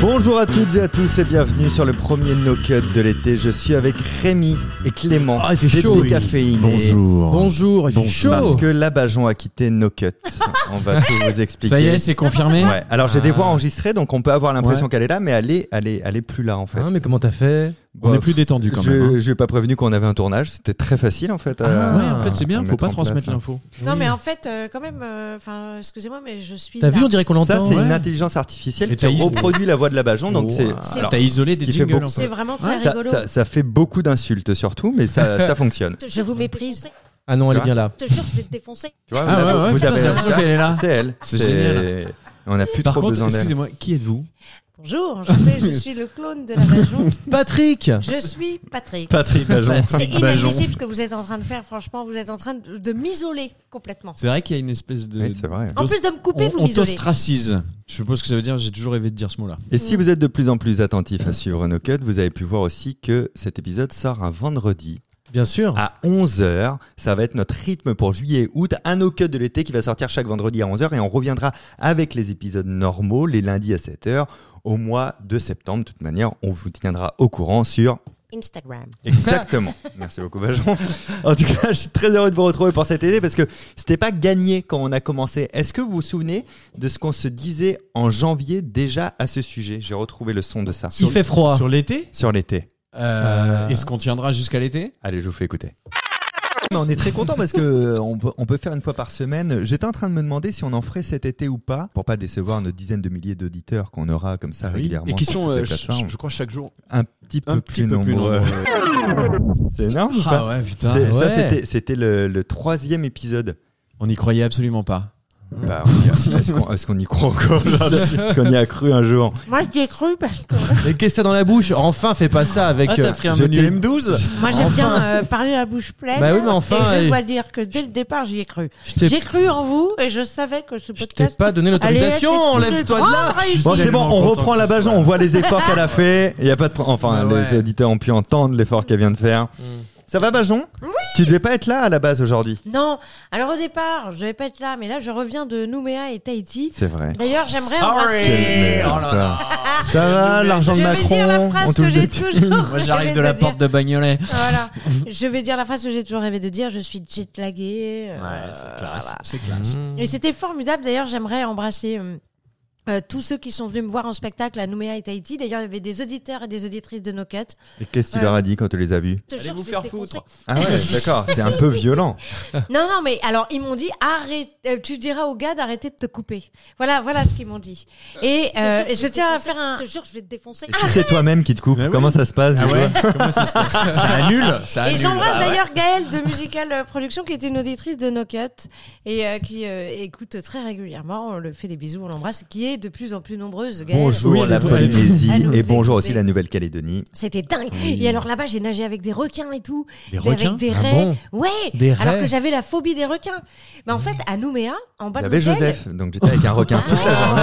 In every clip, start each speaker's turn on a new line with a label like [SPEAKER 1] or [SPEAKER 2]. [SPEAKER 1] Bonjour à toutes et à tous et bienvenue sur le premier No Cut de l'été. Je suis avec Rémi et Clément.
[SPEAKER 2] Ah, il fait
[SPEAKER 1] des
[SPEAKER 2] chaud, oui.
[SPEAKER 1] Décaféinés.
[SPEAKER 3] Bonjour.
[SPEAKER 2] Bonjour, il fait
[SPEAKER 1] Parce
[SPEAKER 2] chaud.
[SPEAKER 1] que Labajon a quitté No Cut. On va tout vous expliquer.
[SPEAKER 2] Ça y est, c'est confirmé.
[SPEAKER 1] Ouais. Alors j'ai des voix enregistrées, donc on peut avoir l'impression
[SPEAKER 2] Ouais.
[SPEAKER 1] qu'elle est là, mais elle est, elle est, elle est plus là en fait.
[SPEAKER 2] Hein, mais comment t'as fait
[SPEAKER 3] On
[SPEAKER 1] Bof.
[SPEAKER 3] est plus détendu quand
[SPEAKER 1] Je-
[SPEAKER 3] même. hein.
[SPEAKER 1] J'ai pas prévenu qu'on avait un tournage. C'était très facile en fait.
[SPEAKER 2] Ah,
[SPEAKER 3] Ouais, euh, en hein. fait, c'est bien, faut pas transmettre
[SPEAKER 1] l'info.
[SPEAKER 3] l'info.
[SPEAKER 4] Non, mais en fait, euh, quand même, euh, enfin, excusez-moi, mais je suis.
[SPEAKER 2] T'as
[SPEAKER 4] là.
[SPEAKER 2] vu, on dirait qu'on
[SPEAKER 1] Ça,
[SPEAKER 2] l'entend.
[SPEAKER 1] c'est
[SPEAKER 2] ouais.
[SPEAKER 1] une intelligence artificielle
[SPEAKER 3] Et
[SPEAKER 1] qui
[SPEAKER 3] t'as isolé.
[SPEAKER 1] reproduit la voix de Labajon. Donc
[SPEAKER 2] Wow.
[SPEAKER 1] c'est.
[SPEAKER 4] C'est
[SPEAKER 1] alors,
[SPEAKER 3] T'as isolé des
[SPEAKER 1] qui fait
[SPEAKER 3] jingles
[SPEAKER 1] beaucoup.
[SPEAKER 3] un
[SPEAKER 4] C'est
[SPEAKER 3] peu.
[SPEAKER 4] vraiment très
[SPEAKER 1] ça,
[SPEAKER 4] rigolo.
[SPEAKER 1] ça- ça fait beaucoup d'insultes sur tout, mais ça, ça fonctionne.
[SPEAKER 4] Je vous méprise.
[SPEAKER 2] Ah non, elle est
[SPEAKER 1] Tu
[SPEAKER 2] bien là.
[SPEAKER 4] Je te jure, je vais te défoncer.
[SPEAKER 1] Tu vois,
[SPEAKER 3] Ah
[SPEAKER 1] on a-
[SPEAKER 3] ouais, ouais,
[SPEAKER 1] vous
[SPEAKER 3] putain,
[SPEAKER 1] avez-
[SPEAKER 3] j'ai l'impression qu'elle est là.
[SPEAKER 1] C'est elle.
[SPEAKER 3] C'est
[SPEAKER 1] C'est-
[SPEAKER 3] génial.
[SPEAKER 1] On n'a plus
[SPEAKER 3] Par
[SPEAKER 1] trop
[SPEAKER 3] contre,
[SPEAKER 1] besoin d'elle.
[SPEAKER 3] excusez-moi, qui êtes-vous
[SPEAKER 4] Bonjour, enchantée, je suis le clone de la Bajon.
[SPEAKER 2] Patrick
[SPEAKER 4] Je suis Patrick.
[SPEAKER 1] Patrick Bajon.
[SPEAKER 4] C'est
[SPEAKER 3] Patrick Bajon.
[SPEAKER 4] inadmissible ce que vous êtes en train de faire, franchement. Vous êtes en train de, de m'isoler complètement.
[SPEAKER 3] C'est vrai qu'il y a une espèce de.
[SPEAKER 1] Oui, c'est vrai.
[SPEAKER 4] En plus de me couper,
[SPEAKER 3] on
[SPEAKER 4] vous
[SPEAKER 3] on
[SPEAKER 4] m'isolez.
[SPEAKER 3] t'ostracise. Je suppose que ça veut dire, j'ai toujours rêvé de dire ce mot-là.
[SPEAKER 1] Et si vous êtes de plus en plus attentif à suivre nos cuts, vous avez pu voir aussi que cet épisode sort un vendredi
[SPEAKER 2] Bien sûr.
[SPEAKER 1] à 11h. Ça va être notre rythme pour juillet et août. Un no cut de l'été qui va sortir chaque vendredi à 11h et on reviendra avec les épisodes normaux les lundis à 7h au mois de septembre. De toute manière, on vous tiendra au courant sur
[SPEAKER 4] Instagram.
[SPEAKER 1] Exactement. Merci beaucoup, Vajon. En tout cas, je suis très heureux de vous retrouver pour cette été parce que c'était pas gagné quand on a commencé. Est-ce que vous vous souvenez de ce qu'on se disait en janvier déjà à ce sujet J'ai retrouvé le son de ça
[SPEAKER 2] il fait froid.
[SPEAKER 3] Sur l'été
[SPEAKER 1] sur l'été.
[SPEAKER 3] Euh, Est-ce qu'on tiendra jusqu'à l'été
[SPEAKER 1] Allez, je vous fais écouter. Mais on est très content parce que euh, on peut, on peut faire une fois par semaine. J'étais en train de me demander si on en ferait cet été ou pas, pour pas décevoir nos dizaines de milliers d'auditeurs qu'on aura comme ça régulièrement.
[SPEAKER 3] Et qui
[SPEAKER 1] sur
[SPEAKER 3] sont,
[SPEAKER 1] les
[SPEAKER 3] euh, je,
[SPEAKER 1] plateformes.
[SPEAKER 3] je crois, chaque jour.
[SPEAKER 1] un petit peu
[SPEAKER 3] un
[SPEAKER 1] plus
[SPEAKER 3] petit peu plus
[SPEAKER 1] nombreux. C'est énorme. ou pas
[SPEAKER 3] Ah ouais, putain.
[SPEAKER 1] C'est-
[SPEAKER 2] ouais.
[SPEAKER 1] Ça, c'était- c'était le- le troisième épisode.
[SPEAKER 3] On n'y croyait absolument pas.
[SPEAKER 1] Bah, on y a- Est-ce qu'on est-ce qu'on y croit encore aujourd'hui Est-ce qu'on y a cru un jour
[SPEAKER 4] Moi, j'y ai cru parce que.
[SPEAKER 2] Mais qu'est-ce que t'as dans la bouche Enfin, fais pas ça
[SPEAKER 4] Ah,
[SPEAKER 2] avec. euh,
[SPEAKER 3] un
[SPEAKER 1] menu
[SPEAKER 3] M12
[SPEAKER 4] Moi, j'aime
[SPEAKER 2] Enfin.
[SPEAKER 4] bien euh, parler à la bouche pleine.
[SPEAKER 2] Bah oui, mais enfin,
[SPEAKER 4] Et
[SPEAKER 2] euh,
[SPEAKER 4] je dois dire que dès le départ, j'y ai cru.
[SPEAKER 2] je t'ai-
[SPEAKER 4] J'ai cru en vous et je savais que ce
[SPEAKER 2] je t'ai
[SPEAKER 4] podcast.
[SPEAKER 2] pas donné l'autorisation,
[SPEAKER 4] allait être une
[SPEAKER 2] lève-toi de là
[SPEAKER 4] grande réussite.
[SPEAKER 1] Bon, c'est bon, on
[SPEAKER 3] Tellement
[SPEAKER 1] reprend
[SPEAKER 3] content
[SPEAKER 1] la
[SPEAKER 3] que ce
[SPEAKER 1] Bajon,
[SPEAKER 3] soit. Ah
[SPEAKER 1] on voit les efforts qu'elle a fait. Il y a pas de pro- Enfin,
[SPEAKER 3] Ouais, Mmh.
[SPEAKER 1] les
[SPEAKER 3] ouais.
[SPEAKER 1] auditeurs ont pu entendre l'effort qu'elle vient de faire. Ça va, Bajon Oui Tu devais pas être là à la base aujourd'hui.
[SPEAKER 4] Non, alors au départ, je vais pas être là, mais là, je reviens de Nouméa et Tahiti.
[SPEAKER 1] C'est vrai.
[SPEAKER 4] D'ailleurs, j'aimerais
[SPEAKER 1] Quelle
[SPEAKER 4] embrasser.
[SPEAKER 1] merde,
[SPEAKER 3] Oh là
[SPEAKER 1] toi.
[SPEAKER 3] là.
[SPEAKER 1] Ça va,
[SPEAKER 3] Mais-
[SPEAKER 1] l'argent
[SPEAKER 4] Je
[SPEAKER 1] de
[SPEAKER 4] vais
[SPEAKER 1] Macron
[SPEAKER 4] dire la phrase
[SPEAKER 1] on touche
[SPEAKER 4] que j'ai
[SPEAKER 1] des petits-
[SPEAKER 4] toujours.
[SPEAKER 3] Moi, j'arrive
[SPEAKER 4] rêvé
[SPEAKER 3] de la
[SPEAKER 4] dire.
[SPEAKER 3] porte de Bagnolet.
[SPEAKER 4] Voilà. Je vais dire la phrase que j'ai toujours rêvé de dire. Je suis jet lagué. Bah,
[SPEAKER 3] C'est classe.
[SPEAKER 4] Et c'était formidable. D'ailleurs, j'aimerais embrasser. euh, euh, tous ceux qui sont venus me voir en spectacle à Nouméa et Tahiti, d'ailleurs il y avait des auditeurs et des auditrices de No Cut.
[SPEAKER 1] Et qu'est-ce que tu leur as dit quand tu les as vus
[SPEAKER 4] Je te
[SPEAKER 3] Allez
[SPEAKER 4] jure,
[SPEAKER 3] vous
[SPEAKER 4] je vais
[SPEAKER 3] faire
[SPEAKER 4] te
[SPEAKER 3] foutre.
[SPEAKER 4] défoncer.
[SPEAKER 1] Ah ouais, d'accord, c'est un peu violent.
[SPEAKER 4] Non, non, mais alors ils m'ont dit arrête, euh, tu diras au gars d'arrêter de te couper. Voilà, voilà ce qu'ils m'ont dit. Et euh, je tiens à faire un. Je te jure, je vais te défoncer.
[SPEAKER 1] Et si c'est toi-même qui te coupe,
[SPEAKER 3] Mais oui.
[SPEAKER 1] comment ça se passe du
[SPEAKER 3] Ah
[SPEAKER 1] coup
[SPEAKER 3] ouais Comment ça se passe Ça annule ça
[SPEAKER 4] Et
[SPEAKER 3] annule.
[SPEAKER 4] j'embrasse
[SPEAKER 3] Ah ouais.
[SPEAKER 4] d'ailleurs Gaëlle de Musical Production qui était une auditrice de No Cut et euh, qui euh, écoute très régulièrement. On le fait des bisous, on l'embrasse, qui est de plus en plus nombreuse. Gaëlle.
[SPEAKER 1] Bonjour
[SPEAKER 3] Oui, elle est
[SPEAKER 1] la
[SPEAKER 3] trop- elle est trop-
[SPEAKER 1] Polynésie
[SPEAKER 4] Elle nous
[SPEAKER 1] et
[SPEAKER 4] est
[SPEAKER 1] bonjour aussi
[SPEAKER 4] coupée.
[SPEAKER 1] la Nouvelle-Calédonie.
[SPEAKER 4] C'était dingue. Et alors là-bas, j'ai nagé avec des requins et tout.
[SPEAKER 3] Des requins
[SPEAKER 4] Avec des
[SPEAKER 2] Ah
[SPEAKER 4] raies. ouais.
[SPEAKER 2] Des
[SPEAKER 4] alors
[SPEAKER 2] raies.
[SPEAKER 4] que j'avais la phobie des requins. Mais en fait, à Nouméa, en bas
[SPEAKER 1] Il y
[SPEAKER 4] de
[SPEAKER 1] avait
[SPEAKER 4] l'hôtel.
[SPEAKER 1] Joseph, donc j'étais avec un requin toute la journée.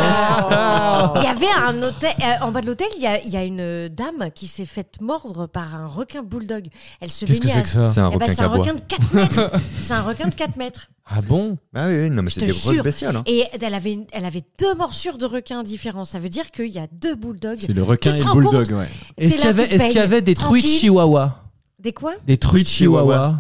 [SPEAKER 4] Il y avait un hôtel euh, en bas de l'hôtel, il y, a- il y a une dame qui s'est faite mordre par un requin bulldog. Elle se
[SPEAKER 2] Qu'est-ce que
[SPEAKER 4] baignait
[SPEAKER 2] c'est
[SPEAKER 4] à-
[SPEAKER 2] que ça
[SPEAKER 1] Ah. C'est un
[SPEAKER 4] Eh ben,
[SPEAKER 1] requin
[SPEAKER 4] c'est
[SPEAKER 1] qui
[SPEAKER 4] un
[SPEAKER 1] aboie.
[SPEAKER 4] requin de 4 mètres. C'est un requin de 4 mètres.
[SPEAKER 2] Ah bon
[SPEAKER 1] Ah oui, oui, non, mais
[SPEAKER 4] Je
[SPEAKER 1] c'est
[SPEAKER 4] te
[SPEAKER 1] des grosses
[SPEAKER 4] jure.
[SPEAKER 1] bestioles. hein.
[SPEAKER 4] Et elle avait, une- elle avait deux morsures de requins différents. Ça veut dire qu'il y a deux bulldogs.
[SPEAKER 3] C'est le requin
[SPEAKER 4] Tu
[SPEAKER 3] et
[SPEAKER 4] te
[SPEAKER 3] le
[SPEAKER 4] rends
[SPEAKER 3] bulldog,
[SPEAKER 4] compte
[SPEAKER 3] ouais.
[SPEAKER 2] Est-ce qu'il
[SPEAKER 4] T'es
[SPEAKER 2] y
[SPEAKER 4] là,
[SPEAKER 2] avait,
[SPEAKER 4] tu te
[SPEAKER 2] est-ce qu'il y
[SPEAKER 4] baignes.
[SPEAKER 2] avait des truies de
[SPEAKER 4] Tranquille.
[SPEAKER 2] chihuahua
[SPEAKER 4] Des quoi
[SPEAKER 2] Des truies de chihuahua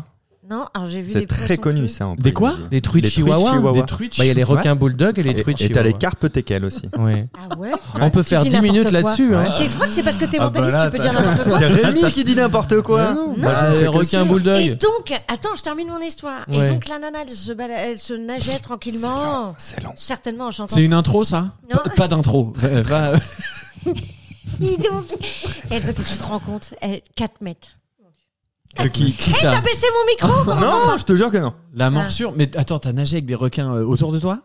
[SPEAKER 4] Non, alors j'ai vu des
[SPEAKER 1] C'est très
[SPEAKER 4] poissons
[SPEAKER 1] connu
[SPEAKER 4] crus.
[SPEAKER 1] ça en
[SPEAKER 3] Des
[SPEAKER 1] Polynésie.
[SPEAKER 3] quoi
[SPEAKER 2] Des truies de
[SPEAKER 1] Les truies de
[SPEAKER 2] chihuahua
[SPEAKER 1] chihuahua.
[SPEAKER 3] Des truites.
[SPEAKER 2] Bah, il y a les requins bulldogs et les truies de
[SPEAKER 1] Et- Et t'as les
[SPEAKER 2] chihuahua.
[SPEAKER 1] carpes téquelles aussi.
[SPEAKER 2] Ouais.
[SPEAKER 4] Ah ouais
[SPEAKER 2] On peut
[SPEAKER 4] Tu
[SPEAKER 2] faire
[SPEAKER 4] dis
[SPEAKER 2] 10 minutes
[SPEAKER 4] n'importe quoi.
[SPEAKER 2] là-dessus. hein.
[SPEAKER 4] C'est- Je crois que c'est parce que t'es
[SPEAKER 3] Ah bah
[SPEAKER 4] mentaliste,
[SPEAKER 3] là,
[SPEAKER 4] tu peux
[SPEAKER 3] t'as-
[SPEAKER 4] dire n'importe quoi.
[SPEAKER 1] C'est Rémi qui dit n'importe quoi.
[SPEAKER 2] Bah, j'ai les requins
[SPEAKER 4] Et
[SPEAKER 2] bulldog.
[SPEAKER 4] donc, attends, je termine mon histoire.
[SPEAKER 2] Ouais.
[SPEAKER 4] Et donc, la nana, elle se, bala- elle se nageait tranquillement.
[SPEAKER 1] C'est long.
[SPEAKER 4] Certainement en chantant.
[SPEAKER 3] C'est une intro, ça
[SPEAKER 4] Non.
[SPEAKER 3] Pas- Pas d'intro. Va- va-
[SPEAKER 4] Dis donc. Et donc, tu te rends compte, 4 mètres.
[SPEAKER 3] Euh, qui, qui ça
[SPEAKER 4] Eh, T'as Ah. baissé mon micro quoi.
[SPEAKER 1] Non, je te jure que non.
[SPEAKER 3] La morsure Mais attends, t'as nagé avec des requins euh, autour de toi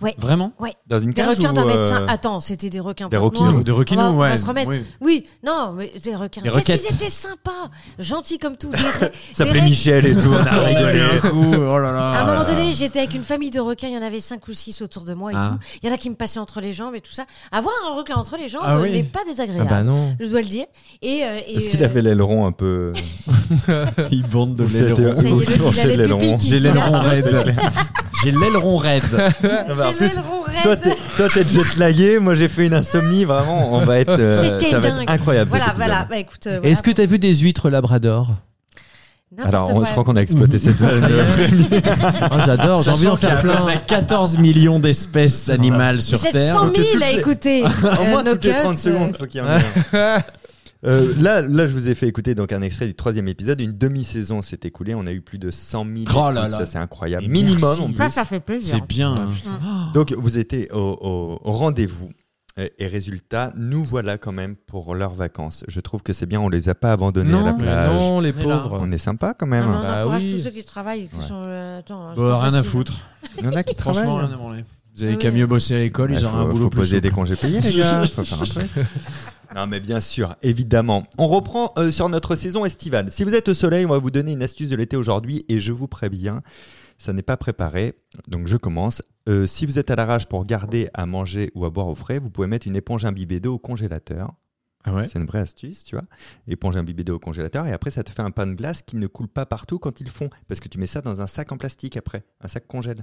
[SPEAKER 4] Ouais.
[SPEAKER 3] Vraiment
[SPEAKER 1] Dans
[SPEAKER 3] Ah,
[SPEAKER 1] une
[SPEAKER 4] Des
[SPEAKER 1] cage
[SPEAKER 4] requins
[SPEAKER 1] ou,
[SPEAKER 4] d'un mètre
[SPEAKER 1] euh,
[SPEAKER 4] cin- Attends, c'était des requins.
[SPEAKER 1] des
[SPEAKER 4] pas
[SPEAKER 1] requins.
[SPEAKER 4] noirs.
[SPEAKER 3] Des requins,
[SPEAKER 4] Oh. On va- On
[SPEAKER 3] ouais,
[SPEAKER 4] va se remettre.
[SPEAKER 3] oui.
[SPEAKER 4] Oui. non, mais des requins.
[SPEAKER 3] Des
[SPEAKER 4] Qu'est-ce
[SPEAKER 3] requêtes.
[SPEAKER 4] qu'ils étaient sympas, gentils comme tout. Des, ra-
[SPEAKER 1] Ça
[SPEAKER 4] des
[SPEAKER 1] s'appelait
[SPEAKER 4] ra-
[SPEAKER 1] Michel et euh, tout, on a
[SPEAKER 3] un
[SPEAKER 1] rigolé.
[SPEAKER 3] coup, oh là
[SPEAKER 4] À un
[SPEAKER 3] là.
[SPEAKER 4] moment donné, j'étais avec une famille de requins, il y en avait 5 ou 6 autour de moi et
[SPEAKER 3] Ah.
[SPEAKER 4] tout. Il y en a qui me passaient entre les jambes et tout ça. Avoir un requin entre les jambes
[SPEAKER 3] Ah
[SPEAKER 4] euh,
[SPEAKER 3] oui.
[SPEAKER 4] n'est pas
[SPEAKER 2] Ah
[SPEAKER 4] désagréable.
[SPEAKER 2] bah non.
[SPEAKER 4] Je dois le dire. Et, euh, et,
[SPEAKER 1] Est-ce qu'il avait l'aileron un peu.
[SPEAKER 3] Il bande de
[SPEAKER 1] C'était-
[SPEAKER 3] l'aileron.
[SPEAKER 4] Ça y est,
[SPEAKER 1] Ou
[SPEAKER 4] l'autre, il a
[SPEAKER 1] fourcher
[SPEAKER 4] les
[SPEAKER 1] de l'aileron.
[SPEAKER 4] pupilles qui
[SPEAKER 3] J'ai
[SPEAKER 4] se
[SPEAKER 3] l'aileron raide. J'ai l'aileron raide.
[SPEAKER 4] euh,
[SPEAKER 1] Ah bah, en
[SPEAKER 4] j'ai
[SPEAKER 1] plus,
[SPEAKER 4] l'aileron raide.
[SPEAKER 1] Toi, t'es- toi, t'es jet lagué. Moi, j'ai fait une insomnie. Vraiment, on va être, euh,
[SPEAKER 4] C'était
[SPEAKER 1] ça va
[SPEAKER 4] dingue.
[SPEAKER 1] être incroyable.
[SPEAKER 4] Voilà,
[SPEAKER 1] cet épisode.
[SPEAKER 4] voilà. Bah, écoute, euh, voilà.
[SPEAKER 2] Est-ce que t'as vu des huîtres labrador
[SPEAKER 4] N'importe
[SPEAKER 1] Alors, on-
[SPEAKER 4] quoi. Euh,
[SPEAKER 1] je crois qu'on a exploité cette blague.
[SPEAKER 2] Ah, J'adore, j'ai envie d'en faire
[SPEAKER 3] Sachant qu'il y a à peu
[SPEAKER 2] plein.
[SPEAKER 3] près 14 millions d'espèces animales sur
[SPEAKER 4] Vous êtes
[SPEAKER 3] Terre.
[SPEAKER 4] 100 000 à
[SPEAKER 1] les-
[SPEAKER 4] écouter.
[SPEAKER 1] Au
[SPEAKER 4] euh,
[SPEAKER 1] moins
[SPEAKER 4] nos
[SPEAKER 1] toutes les 30
[SPEAKER 4] cuts,
[SPEAKER 1] secondes, faut qu'il y en ait un. Euh, là, là, je vous ai fait écouter donc un extrait du troisième épisode. Une demi-saison s'est écoulée. On a eu plus de 100 000
[SPEAKER 3] Oh là
[SPEAKER 1] écoutes,
[SPEAKER 3] là.
[SPEAKER 1] Ça, c'est incroyable.
[SPEAKER 3] Et
[SPEAKER 1] Minimum.
[SPEAKER 3] merci.
[SPEAKER 1] en plus.
[SPEAKER 4] Ça, ça fait plaisir.
[SPEAKER 3] C'est bien. hein.
[SPEAKER 1] Donc, vous étiez au, au- au rendez-vous. Et, et résultat, nous voilà quand même pour leurs vacances. Je trouve que c'est bien. On les a pas abandonnés à la
[SPEAKER 2] Mais
[SPEAKER 1] plage.
[SPEAKER 2] non, les
[SPEAKER 3] On est Ah, là.
[SPEAKER 2] pauvres.
[SPEAKER 1] On est sympa quand
[SPEAKER 4] Non,
[SPEAKER 1] même.
[SPEAKER 4] mais on
[SPEAKER 2] Bah
[SPEAKER 4] encourage
[SPEAKER 2] oui.
[SPEAKER 4] tous ceux qui travaillent. Qui
[SPEAKER 1] Ouais.
[SPEAKER 4] sont, euh, attends,
[SPEAKER 3] Bon,
[SPEAKER 4] c'est
[SPEAKER 3] rien à
[SPEAKER 4] facile.
[SPEAKER 3] foutre.
[SPEAKER 1] Il y en a qui travaillent.
[SPEAKER 3] Franchement, rien à branler. Vous avez
[SPEAKER 4] Ah Oui.
[SPEAKER 3] qu'à mieux bosser à l'école,
[SPEAKER 1] Ouais,
[SPEAKER 3] ils auront
[SPEAKER 1] faut-
[SPEAKER 3] un boulot
[SPEAKER 1] faut
[SPEAKER 3] plus
[SPEAKER 1] poser
[SPEAKER 3] souple.
[SPEAKER 1] des congés payés, les gars. faut faire un truc. Non, mais bien sûr, évidemment. On reprend euh, sur notre saison estivale. Si vous êtes au soleil, on va vous donner une astuce de l'été aujourd'hui et je vous préviens, ça n'est pas préparé. Donc je commence. Euh, si vous êtes à l'arrache pour garder à manger ou à boire au frais, vous pouvez mettre une éponge imbibée d'eau au congélateur.
[SPEAKER 3] Ah ouais
[SPEAKER 1] C'est une vraie astuce, tu vois. Éponge imbibée d'eau au congélateur et après ça te fait un pain de glace qui ne coule pas partout quand ils fond parce que tu mets ça dans un sac en plastique après, un sac congèle.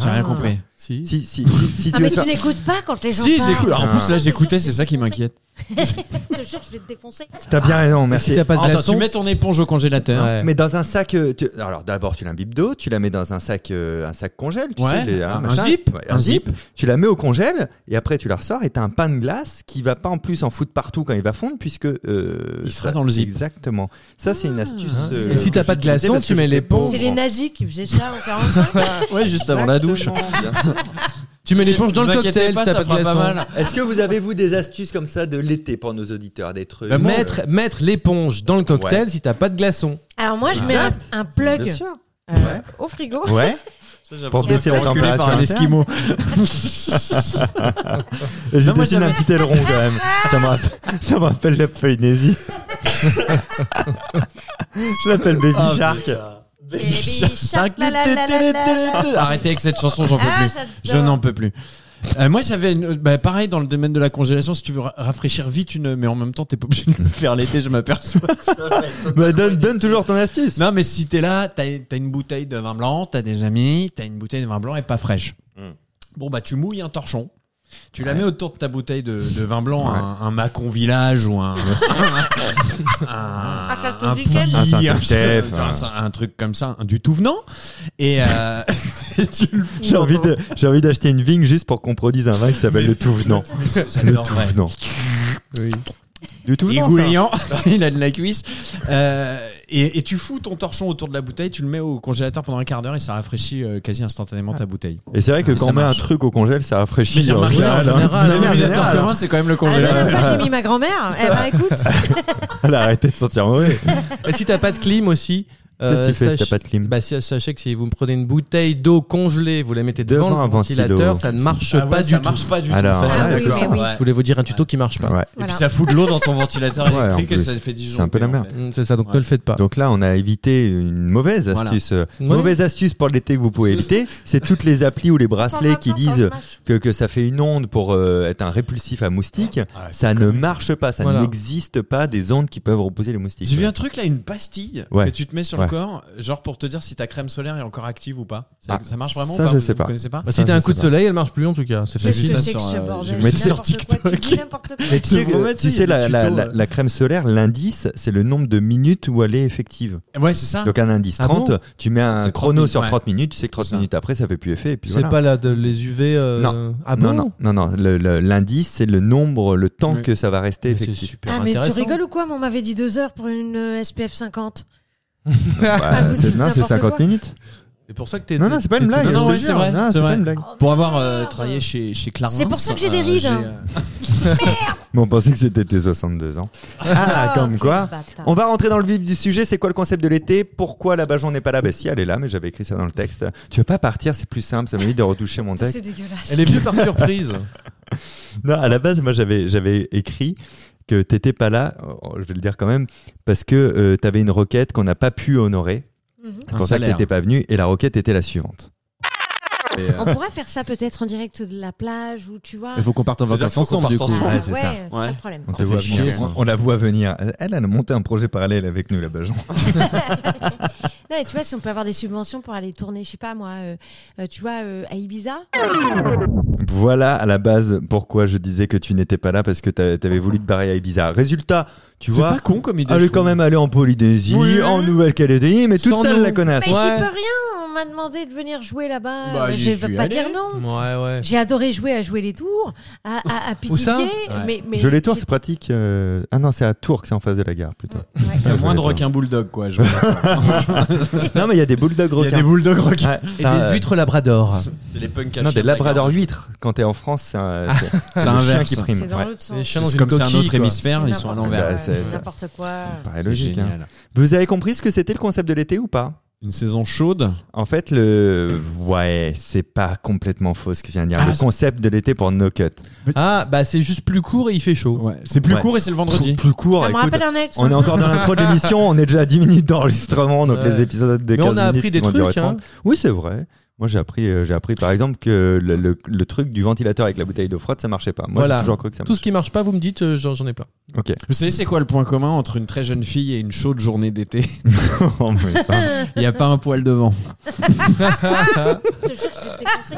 [SPEAKER 3] J'ai
[SPEAKER 2] Ah.
[SPEAKER 3] rien compris.
[SPEAKER 2] Si.
[SPEAKER 1] Si si si, si
[SPEAKER 4] Ah,
[SPEAKER 1] tu es
[SPEAKER 4] mais
[SPEAKER 1] sur-
[SPEAKER 4] tu n'écoutes pas quand les gens
[SPEAKER 3] Si,
[SPEAKER 4] parlent. Ah.
[SPEAKER 3] j'écoute. Alors, En plus, là, j'écoutais, c'est ça qui m'inquiète.
[SPEAKER 4] Je te jure, je vais te défoncer.
[SPEAKER 1] T'as bien raison, merci.
[SPEAKER 2] Si t'as pas de
[SPEAKER 3] Ah, Attends, tu
[SPEAKER 2] glaçon.
[SPEAKER 3] mets ton éponge au congélateur.
[SPEAKER 2] Ouais.
[SPEAKER 1] Mais dans un sac. euh, tu- Alors d'abord, tu l'imbibes d'eau, tu la mets dans un sac, euh, un sac congèle, tu
[SPEAKER 3] Ouais,
[SPEAKER 1] sais, les- hein,
[SPEAKER 3] un
[SPEAKER 1] machin.
[SPEAKER 3] zip,
[SPEAKER 1] Ouais,
[SPEAKER 3] un zip.
[SPEAKER 1] Tu la mets au congèle et après tu la ressors et t'as un pain de glace qui va pas en plus en foutre partout quand il va fondre puisque. euh,
[SPEAKER 3] Il sera
[SPEAKER 1] ça-
[SPEAKER 3] dans le zip.
[SPEAKER 1] Exactement. Ça, c'est une astuce.
[SPEAKER 2] Ah,
[SPEAKER 1] euh,
[SPEAKER 2] et si t'as
[SPEAKER 1] que
[SPEAKER 2] pas de
[SPEAKER 1] j'utilisais
[SPEAKER 2] glaçons,
[SPEAKER 1] parce
[SPEAKER 2] tu
[SPEAKER 1] que
[SPEAKER 2] mets
[SPEAKER 1] j'étais
[SPEAKER 2] les pauvres.
[SPEAKER 1] pauvre.
[SPEAKER 4] C'est les nazis qui faisaient ça en 45.
[SPEAKER 3] Ouais, juste avant la douche.
[SPEAKER 1] Exactement, bien sûr.
[SPEAKER 2] Tu mets l'éponge dans
[SPEAKER 3] Vous
[SPEAKER 2] le
[SPEAKER 3] inquiétez
[SPEAKER 2] cocktail
[SPEAKER 3] pas,
[SPEAKER 2] si t'as
[SPEAKER 3] ça
[SPEAKER 2] pas de
[SPEAKER 3] fera pas
[SPEAKER 2] glaçon.
[SPEAKER 3] mal.
[SPEAKER 1] Est-ce que vous avez, vous, des astuces comme ça de l'été pour nos auditeurs Des trucs.
[SPEAKER 3] Bah, moi,
[SPEAKER 1] euh,
[SPEAKER 2] Mettre, mettre l'éponge dans le cocktail si t'as pas de glaçon.
[SPEAKER 4] Alors moi, je mets un,
[SPEAKER 1] Exact. Oh,
[SPEAKER 4] un plug
[SPEAKER 1] Bien sûr.
[SPEAKER 4] euh,
[SPEAKER 1] Ouais.
[SPEAKER 4] au frigo.
[SPEAKER 1] Ouais. Pour baisser la température.
[SPEAKER 3] par un
[SPEAKER 1] interne.
[SPEAKER 3] esquimau.
[SPEAKER 1] Je
[SPEAKER 3] Non, moi,
[SPEAKER 1] dessine un
[SPEAKER 3] j'avais-
[SPEAKER 1] petit aileron quand même. Ça me rappelle, ça me rappelle la polynésie. je l'appelle Baby
[SPEAKER 3] Ah,
[SPEAKER 1] Shark.
[SPEAKER 4] Baby Shark, la, la, la, la, la, la.
[SPEAKER 3] Arrêtez avec cette chanson, j'en peux
[SPEAKER 4] Ah,
[SPEAKER 3] plus.
[SPEAKER 4] j'adore.
[SPEAKER 3] Je n'en peux plus. Euh, moi, j'avais une- bah, pareil dans le domaine de la congélation. Si tu veux ra- rafraîchir vite une, mais en même temps, t'es pas obligé de le faire l'été, je m'aperçois.
[SPEAKER 1] Bah, donne, donne toujours ton astuce.
[SPEAKER 3] Non, mais si t'es là, t'as as une bouteille de vin blanc, t'as des amis, t'as une bouteille de vin blanc et pas fraîche.
[SPEAKER 1] Mm.
[SPEAKER 3] Bon, bah, tu mouilles un torchon. Tu la mets autour de ta bouteille de, de vin blanc, un, un Macon Village ou un. un,
[SPEAKER 4] Ah, ça se
[SPEAKER 3] un
[SPEAKER 4] dit quel-
[SPEAKER 3] Pouilly,
[SPEAKER 1] Un hein.
[SPEAKER 3] un,
[SPEAKER 1] Saint-Estèphe,
[SPEAKER 3] tu vois, un- un truc comme ça, un du tout venant. Et, euh, et tu le fous
[SPEAKER 1] J'ai
[SPEAKER 3] dans
[SPEAKER 1] envie,
[SPEAKER 3] ton-
[SPEAKER 1] de, j'ai envie d'acheter une vigne juste pour qu'on produise un vin qui s'appelle le tout venant. Le
[SPEAKER 3] J'adore,
[SPEAKER 1] tout
[SPEAKER 3] ouais.
[SPEAKER 1] venant. Le tout
[SPEAKER 3] Il
[SPEAKER 1] venant. ça.
[SPEAKER 3] gouillant, il a de la cuisse. Euh, et, et tu fous ton torchon autour de la bouteille, tu le mets au congélateur pendant un quart d'heure et ça rafraîchit euh, quasi instantanément
[SPEAKER 1] Ah.
[SPEAKER 3] ta bouteille.
[SPEAKER 1] Et c'est vrai que
[SPEAKER 3] Mais
[SPEAKER 1] quand
[SPEAKER 3] ça
[SPEAKER 1] on met un
[SPEAKER 3] marche.
[SPEAKER 1] truc au congèle, ça rafraîchit.
[SPEAKER 3] Mais j'ai
[SPEAKER 1] en
[SPEAKER 3] remarqué,
[SPEAKER 1] général,
[SPEAKER 2] en
[SPEAKER 1] hein.
[SPEAKER 2] général,
[SPEAKER 1] De
[SPEAKER 2] hein,
[SPEAKER 1] manière
[SPEAKER 2] en
[SPEAKER 1] générale.
[SPEAKER 2] général.
[SPEAKER 3] c'est quand même le
[SPEAKER 4] Ah, La dernière
[SPEAKER 3] congélateur.
[SPEAKER 4] fois, j'ai mis ma grand-mère. Eh ben, écoute,
[SPEAKER 1] Elle a arrêté de sentir mauvais.
[SPEAKER 3] Ah,
[SPEAKER 2] Et si t'as pas de clim aussi.
[SPEAKER 1] Qu'est-ce que
[SPEAKER 2] euh,
[SPEAKER 1] tu fais si t'as
[SPEAKER 2] sach-
[SPEAKER 1] pas de clim
[SPEAKER 2] Bah, si, sachez que si vous me prenez une bouteille d'eau congelée, vous la mettez devant,
[SPEAKER 1] Devant un
[SPEAKER 2] le ventilateur,
[SPEAKER 1] ventilo.
[SPEAKER 2] ça ne marche
[SPEAKER 3] Ah ouais,
[SPEAKER 2] pas du
[SPEAKER 3] ça
[SPEAKER 2] tout.
[SPEAKER 3] marche pas du
[SPEAKER 1] Alors,
[SPEAKER 3] tout. ça,
[SPEAKER 4] Ah
[SPEAKER 3] j'ai
[SPEAKER 4] oui,
[SPEAKER 3] d'accord.
[SPEAKER 4] mais oui.
[SPEAKER 3] Ouais.
[SPEAKER 2] Je voulais vous dire un tuto qui marche pas.
[SPEAKER 1] Ouais.
[SPEAKER 3] Et puis
[SPEAKER 4] voilà.
[SPEAKER 3] ça fout de l'eau dans ton ventilateur
[SPEAKER 1] Ouais, en
[SPEAKER 3] électrique et
[SPEAKER 1] plus.
[SPEAKER 3] ça te fait disjoncter.
[SPEAKER 1] C'est un peu la merde.
[SPEAKER 3] en fait.
[SPEAKER 2] Mm, C'est ça, donc
[SPEAKER 3] Ouais.
[SPEAKER 2] ne le faites pas.
[SPEAKER 1] Donc là, on a évité une mauvaise
[SPEAKER 3] Voilà.
[SPEAKER 1] astuce. euh,
[SPEAKER 2] Ouais.
[SPEAKER 1] Mauvaise astuce pour l'été que vous pouvez éviter, c'est toutes les applis ou les bracelets qui disent que, que ça fait une onde pour euh, être un répulsif à moustiques.
[SPEAKER 3] Ah, c'est
[SPEAKER 1] ça ne
[SPEAKER 3] comme-
[SPEAKER 1] marche pas, ça
[SPEAKER 2] Voilà.
[SPEAKER 1] n'existe pas des ondes qui peuvent reposer les moustiques.
[SPEAKER 3] J'ai vu un truc là, une pastille
[SPEAKER 1] Ouais.
[SPEAKER 3] que tu te mets sur
[SPEAKER 1] Ouais.
[SPEAKER 3] le corps, genre pour te dire si ta crème solaire est encore active ou pas.
[SPEAKER 1] Ah,
[SPEAKER 3] Ça, ça marche vraiment
[SPEAKER 1] ça,
[SPEAKER 3] ou pas
[SPEAKER 1] je
[SPEAKER 3] Vous-
[SPEAKER 1] sais
[SPEAKER 3] vous
[SPEAKER 1] pas.
[SPEAKER 3] connaissez pas
[SPEAKER 2] Bah,
[SPEAKER 1] Ça,
[SPEAKER 2] si t'as
[SPEAKER 1] je
[SPEAKER 2] un
[SPEAKER 1] sais
[SPEAKER 2] coup de
[SPEAKER 1] pas.
[SPEAKER 2] soleil, elle marche plus en tout cas. C'est
[SPEAKER 4] Qu'est-ce
[SPEAKER 3] vu
[SPEAKER 4] que
[SPEAKER 2] facile.
[SPEAKER 3] ça
[SPEAKER 4] c'est que
[SPEAKER 3] sur,
[SPEAKER 4] ce
[SPEAKER 3] euh,
[SPEAKER 4] bordel
[SPEAKER 3] j'ai vu
[SPEAKER 4] C'est
[SPEAKER 3] ça sur
[SPEAKER 4] n'importe quoi,
[SPEAKER 3] TikTok.
[SPEAKER 4] Tu dis n'importe quoi.
[SPEAKER 1] Mais tu sais,
[SPEAKER 3] C'est vraiment-
[SPEAKER 1] que- tu sais,
[SPEAKER 3] il y a
[SPEAKER 1] la,
[SPEAKER 3] des
[SPEAKER 1] la-
[SPEAKER 3] tutos,
[SPEAKER 1] la-
[SPEAKER 3] ouais.
[SPEAKER 1] la crème solaire, l'indice, c'est le nombre de minutes où elle est effective.
[SPEAKER 3] Ouais, c'est ça.
[SPEAKER 1] Donc un indice
[SPEAKER 2] Ah
[SPEAKER 1] 30,
[SPEAKER 2] bon
[SPEAKER 1] tu mets un
[SPEAKER 3] C'est 30
[SPEAKER 1] chrono
[SPEAKER 3] minutes,
[SPEAKER 1] sur
[SPEAKER 3] ouais.
[SPEAKER 1] 30 minutes, tu sais que 30
[SPEAKER 3] C'est ça.
[SPEAKER 1] minutes après, ça fait plus effet. Et puis
[SPEAKER 2] C'est
[SPEAKER 1] voilà.
[SPEAKER 2] pas la de, les UV. euh,
[SPEAKER 1] Non.
[SPEAKER 2] Ah bon
[SPEAKER 1] non, non, non, non. le- le- L'indice, c'est le nombre, le temps
[SPEAKER 3] Oui.
[SPEAKER 1] que ça va rester
[SPEAKER 2] Mais C'est
[SPEAKER 1] effectif.
[SPEAKER 2] super
[SPEAKER 4] Ah, mais tu
[SPEAKER 2] intéressant.
[SPEAKER 4] rigoles ou quoi Mais On m'avait dit deux heures pour une euh, SPF 50.
[SPEAKER 1] Bah,
[SPEAKER 4] Ah, vous
[SPEAKER 1] c'est-
[SPEAKER 4] dites
[SPEAKER 1] non, c'est
[SPEAKER 4] n'importe
[SPEAKER 1] 50
[SPEAKER 4] quoi.
[SPEAKER 1] minutes.
[SPEAKER 2] C'est pour ça que t'es.
[SPEAKER 1] Non, non, c'est pas une
[SPEAKER 2] t'es-
[SPEAKER 1] blague.
[SPEAKER 3] Non, non,
[SPEAKER 1] je te
[SPEAKER 3] ouais, c'est
[SPEAKER 1] jure.
[SPEAKER 3] vrai,
[SPEAKER 1] Non,
[SPEAKER 3] c'est
[SPEAKER 1] C'est pas
[SPEAKER 3] vrai.
[SPEAKER 1] une blague.
[SPEAKER 3] Pour avoir euh,
[SPEAKER 4] merde.
[SPEAKER 3] travaillé chez, chez Clarins.
[SPEAKER 4] C'est pour ça que j'ai des
[SPEAKER 3] euh,
[SPEAKER 1] hein.
[SPEAKER 4] rides.
[SPEAKER 3] j'ai, euh,
[SPEAKER 1] Mais on pensait que c'était tes 62 ans. Ah,
[SPEAKER 4] Oh,
[SPEAKER 1] comme quoi. On va rentrer dans le vif du sujet. C'est quoi le concept de l'été Pourquoi la Bajon n'est pas là Bah si, elle est là, mais j'avais écrit ça dans le texte. Tu veux pas partir C'est plus simple. Ça m'évite de retoucher mon
[SPEAKER 4] C'est
[SPEAKER 1] texte.
[SPEAKER 4] dégueulasse.
[SPEAKER 2] Elle est venue par surprise.
[SPEAKER 1] Non, à la base, moi, j'avais j'avais écrit que t'étais pas là. Oh, Je vais le dire quand même parce que euh, t'avais une requête qu'on n'a pas pu honorer.
[SPEAKER 4] Mhm.
[SPEAKER 1] C'est
[SPEAKER 3] Un
[SPEAKER 1] pour ça que
[SPEAKER 3] salaire.
[SPEAKER 1] t'étais pas venu. Et la requête était la suivante.
[SPEAKER 3] Et, euh,
[SPEAKER 4] On pourrait faire ça peut-être en direct de la plage ou tu vois. Ah,
[SPEAKER 2] Il faut qu'on parte en
[SPEAKER 3] C'est-à-dire
[SPEAKER 2] vacances
[SPEAKER 3] qu'il faut qu'on
[SPEAKER 2] ensemble, du
[SPEAKER 3] parte
[SPEAKER 2] coup.
[SPEAKER 3] ensemble.
[SPEAKER 1] Ouais,
[SPEAKER 4] Ouais,
[SPEAKER 1] c'est
[SPEAKER 4] c'est
[SPEAKER 1] ça.
[SPEAKER 4] pas de problème.
[SPEAKER 1] On,
[SPEAKER 2] te voit venir.
[SPEAKER 1] on la voit venir. Elle, elle a monté un projet parallèle avec nous, la Bajon.
[SPEAKER 4] Non, et tu vois, si on peut avoir des subventions pour aller tourner, je sais pas moi, euh, euh, tu vois, euh, à Ibiza.
[SPEAKER 3] Ah,
[SPEAKER 1] Voilà à la base pourquoi je disais que tu n'étais pas là parce que t'a- t'avais voulu te barrer à Ibiza. Résultat, tu
[SPEAKER 3] C'est
[SPEAKER 1] vois,
[SPEAKER 3] pas con comme idée.
[SPEAKER 1] elle
[SPEAKER 3] je
[SPEAKER 1] est quand
[SPEAKER 3] trouve.
[SPEAKER 1] même allée en Polynésie,
[SPEAKER 3] Oui.
[SPEAKER 1] en Nouvelle-Calédonie, mais toute
[SPEAKER 3] Sans
[SPEAKER 1] seule
[SPEAKER 3] nous.
[SPEAKER 1] la connasse.
[SPEAKER 4] Mais
[SPEAKER 3] Ouais.
[SPEAKER 4] j'y peux rien. On m'a demandé de venir jouer là-bas.
[SPEAKER 3] Bah,
[SPEAKER 4] Euh,
[SPEAKER 3] j'y
[SPEAKER 4] je
[SPEAKER 3] suis
[SPEAKER 4] vais pas
[SPEAKER 3] allé.
[SPEAKER 4] dire non.
[SPEAKER 2] Ouais, ouais.
[SPEAKER 4] J'ai adoré jouer à jouer les tours, à, à, à
[SPEAKER 2] Où ça
[SPEAKER 4] pitiquer, mais, mais
[SPEAKER 1] Je les tours,
[SPEAKER 4] c'est-
[SPEAKER 1] c'est pratique. euh, Ah non, c'est à Tours que c'est en face de la gare plutôt.
[SPEAKER 4] Ouais.
[SPEAKER 3] Il y a moins de
[SPEAKER 1] Attends.
[SPEAKER 3] requins bulldogs, quoi. je vois.
[SPEAKER 1] non, mais il y a des bulldogs
[SPEAKER 3] Il y a des
[SPEAKER 1] requins.
[SPEAKER 3] bulldogs requins.
[SPEAKER 1] Ouais,
[SPEAKER 2] Et
[SPEAKER 1] ça, euh,
[SPEAKER 2] des huîtres labrador.
[SPEAKER 3] C'est les punks à
[SPEAKER 1] Non,
[SPEAKER 3] chien
[SPEAKER 1] des
[SPEAKER 3] de la garde.
[SPEAKER 1] labrador huîtres. Quand t'es en France, c'est un, c'est-
[SPEAKER 3] C'est
[SPEAKER 1] le chien
[SPEAKER 3] inverse.
[SPEAKER 1] qui prime.
[SPEAKER 4] C'est dans
[SPEAKER 1] Ouais.
[SPEAKER 4] l'autre
[SPEAKER 2] Les
[SPEAKER 4] sens.
[SPEAKER 2] chiens dans
[SPEAKER 3] C'est
[SPEAKER 2] une
[SPEAKER 3] comme c'est
[SPEAKER 2] coquille.
[SPEAKER 3] un autre
[SPEAKER 2] quoi.
[SPEAKER 3] hémisphère,
[SPEAKER 4] C'est
[SPEAKER 3] ils sont à
[SPEAKER 4] n'importe
[SPEAKER 1] l'envers.
[SPEAKER 4] quoi,
[SPEAKER 1] Bah, c'est-
[SPEAKER 4] C'est n'importe quoi.
[SPEAKER 1] Ça paraît
[SPEAKER 3] C'est
[SPEAKER 1] logique. hein.
[SPEAKER 3] génial.
[SPEAKER 1] Vous avez compris ce que c'était le concept de l'été ou pas
[SPEAKER 3] Une saison chaude.
[SPEAKER 1] En fait, le. Ouais, c'est pas complètement faux ce que je viens de dire.
[SPEAKER 3] Ah,
[SPEAKER 1] le
[SPEAKER 3] c'est-
[SPEAKER 1] concept de l'été pour No Cut.
[SPEAKER 2] Ah, bah c'est juste plus court et il fait chaud.
[SPEAKER 3] C'est plus
[SPEAKER 1] Ouais.
[SPEAKER 3] court et c'est le vendredi.
[SPEAKER 1] Plus court,
[SPEAKER 4] Ça me
[SPEAKER 1] écoute,
[SPEAKER 4] rappelle Ah, un ex.
[SPEAKER 1] On est
[SPEAKER 4] hein.
[SPEAKER 1] encore dans l'intro de l'émission, on est déjà à 10 minutes d'enregistrement, donc
[SPEAKER 2] Ouais.
[SPEAKER 1] les épisodes de
[SPEAKER 2] Mais
[SPEAKER 1] 15
[SPEAKER 2] on a appris
[SPEAKER 1] minutes
[SPEAKER 2] des
[SPEAKER 1] vont durer
[SPEAKER 2] trucs, hein.
[SPEAKER 1] 30. Oui, c'est vrai. Moi, j'ai appris, euh, j'ai appris par exemple que le, le- le truc du ventilateur avec la bouteille d'eau froide, ça marchait pas. Moi,
[SPEAKER 2] Voilà.
[SPEAKER 1] j'ai toujours cru que ça
[SPEAKER 2] Tout
[SPEAKER 1] marchait.
[SPEAKER 2] ce qui marche pas, vous me dites, euh, j'en j'en ai plein.
[SPEAKER 1] Ok.
[SPEAKER 3] Vous savez, c'est quoi le point commun entre une très jeune fille et une chaude journée d'été
[SPEAKER 1] Oh, mais pas.
[SPEAKER 3] Il n'y a pas un poil devant.
[SPEAKER 4] Je te jure que c'était poussé.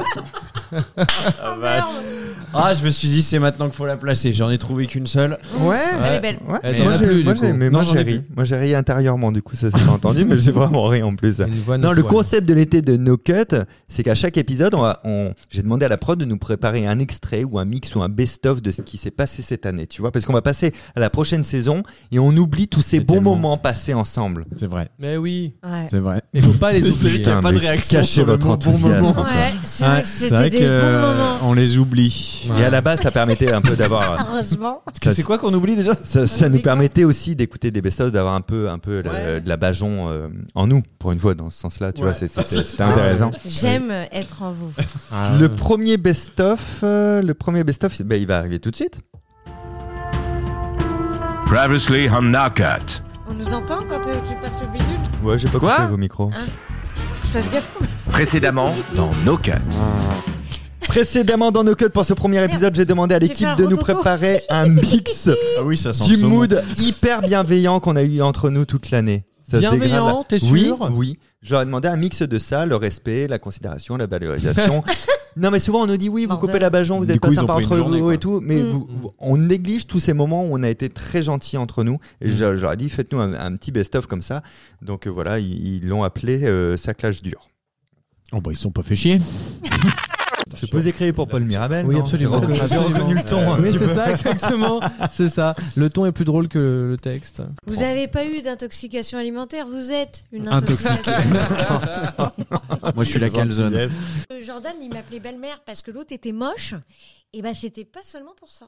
[SPEAKER 4] Oh, merde.
[SPEAKER 3] Ah, je me suis dit, c'est maintenant qu'il faut la placer. J'en ai trouvé qu'une seule.
[SPEAKER 1] ouais.
[SPEAKER 4] Elle est belle.
[SPEAKER 1] Ouais, moi
[SPEAKER 2] Elle Eh, t'en a
[SPEAKER 1] j'ai
[SPEAKER 2] plus,
[SPEAKER 1] moi,
[SPEAKER 2] du
[SPEAKER 1] j'ai-
[SPEAKER 2] coup.
[SPEAKER 1] mais
[SPEAKER 3] Non,
[SPEAKER 1] moi,
[SPEAKER 3] j'en
[SPEAKER 1] j'ai
[SPEAKER 3] ai
[SPEAKER 1] ri. Moi j'ai ri intérieurement du coup ça s'est pas entendu mais j'ai vraiment ri en plus.
[SPEAKER 2] Une voix
[SPEAKER 1] Non, le
[SPEAKER 2] notre poil.
[SPEAKER 1] concept de l'été de No Cut, c'est qu'à chaque épisode, on va- on- j'ai demandé à la prod de nous préparer un extrait ou un mix ou un best-of de ce qui s'est passé cette année, tu vois, parce qu'on va passer à la prochaine saison et on oublie tous ces
[SPEAKER 3] C'est
[SPEAKER 1] bons
[SPEAKER 3] tellement-
[SPEAKER 1] moments passés ensemble.
[SPEAKER 3] C'est vrai.
[SPEAKER 2] Mais oui.
[SPEAKER 4] Ouais.
[SPEAKER 3] C'est vrai. hein.
[SPEAKER 2] Mais faut pas les
[SPEAKER 3] C'est vrai
[SPEAKER 2] oublier.
[SPEAKER 3] qu'il n'y a
[SPEAKER 1] Putain,
[SPEAKER 3] pas de
[SPEAKER 1] mais
[SPEAKER 3] réaction
[SPEAKER 1] cachez
[SPEAKER 3] sur le
[SPEAKER 1] votre
[SPEAKER 3] mot bon
[SPEAKER 1] enthousiasme.
[SPEAKER 3] moment.
[SPEAKER 4] Ouais, c'est vrai que
[SPEAKER 3] c'est vrai
[SPEAKER 4] c'était des
[SPEAKER 3] que,
[SPEAKER 4] bons
[SPEAKER 3] euh,
[SPEAKER 4] moments.
[SPEAKER 3] on les oublie.
[SPEAKER 2] Ouais.
[SPEAKER 1] Et à la base, ça permettait un peu d'avoir.
[SPEAKER 4] Heureusement.
[SPEAKER 1] ça-
[SPEAKER 3] C'est quoi qu'on oublie déjà
[SPEAKER 1] ça, ça nous permettait aussi d'écouter des best-of, d'avoir un peu, un peu la-
[SPEAKER 2] Ouais.
[SPEAKER 1] de la bajon euh, en nous, pour une fois, dans ce sens-là, tu
[SPEAKER 3] Ouais. Ah,
[SPEAKER 1] vois, c'est- c'était c'était intéressant.
[SPEAKER 4] J'aime être en vous.
[SPEAKER 1] Le premier best-of, euh, le premier best-of, ben, il va arriver tout de suite.
[SPEAKER 5] Previously on Knockout.
[SPEAKER 4] On nous entend quand euh, tu passes le bidule
[SPEAKER 1] Ouais, j'ai pas
[SPEAKER 5] Quoi
[SPEAKER 1] coupé vos micros.
[SPEAKER 4] Je fasse gaffe.
[SPEAKER 5] Précédemment dans Knockout.
[SPEAKER 1] Précédemment dans nos codes pour ce premier épisode, j'ai demandé à
[SPEAKER 4] J'ai
[SPEAKER 1] l'équipe
[SPEAKER 4] fait un
[SPEAKER 1] de nous
[SPEAKER 4] rototo.
[SPEAKER 1] préparer un mix
[SPEAKER 3] Ah oui, ça sent
[SPEAKER 1] du mood hyper bienveillant qu'on a eu entre nous toute l'année. se dégrade, là.
[SPEAKER 2] Bienveillant, t'es sûr
[SPEAKER 1] Oui, oui. Je leur ai demandé un mix de ça, le respect, la considération, la valorisation. non, mais souvent on nous dit oui, vous
[SPEAKER 4] Bordel.
[SPEAKER 1] coupez la bajon, vous
[SPEAKER 3] Du
[SPEAKER 1] êtes
[SPEAKER 3] coup,
[SPEAKER 1] pas
[SPEAKER 3] ils ont
[SPEAKER 1] sympa
[SPEAKER 3] pris une
[SPEAKER 1] entre
[SPEAKER 3] journée,
[SPEAKER 1] vous
[SPEAKER 3] quoi.
[SPEAKER 1] et tout, mais
[SPEAKER 4] Mm.
[SPEAKER 1] vous- vous- on néglige tous ces moments où on a été très gentils entre nous.
[SPEAKER 3] Mm.
[SPEAKER 1] Et je, je leur ai dit, faites-nous un, un petit best-of comme ça. Donc euh, voilà, ils ils l'ont appelé euh, saclage dur.
[SPEAKER 3] Oh bah ils sont pas fait chier.
[SPEAKER 1] Je vous ai créé pour Paul Mirabel.
[SPEAKER 2] Oui,
[SPEAKER 1] non
[SPEAKER 2] absolument.
[SPEAKER 1] J'ai reconnu- j'ai
[SPEAKER 2] Absolument.
[SPEAKER 1] reconnu le ton.
[SPEAKER 3] hein.
[SPEAKER 1] un
[SPEAKER 2] Mais
[SPEAKER 1] petit peu.
[SPEAKER 2] c'est ça, exactement. C'est ça. Le ton est plus drôle que le texte.
[SPEAKER 4] Vous n'avez pas eu d'intoxication alimentaire, vous êtes une
[SPEAKER 3] Intoxiqué.
[SPEAKER 4] intoxication.
[SPEAKER 3] Moi je suis la calzone.
[SPEAKER 1] Yes.
[SPEAKER 4] Euh, Jordan, il m'appelait belle-mère parce que l'autre était moche. Et ben c'était pas seulement pour ça.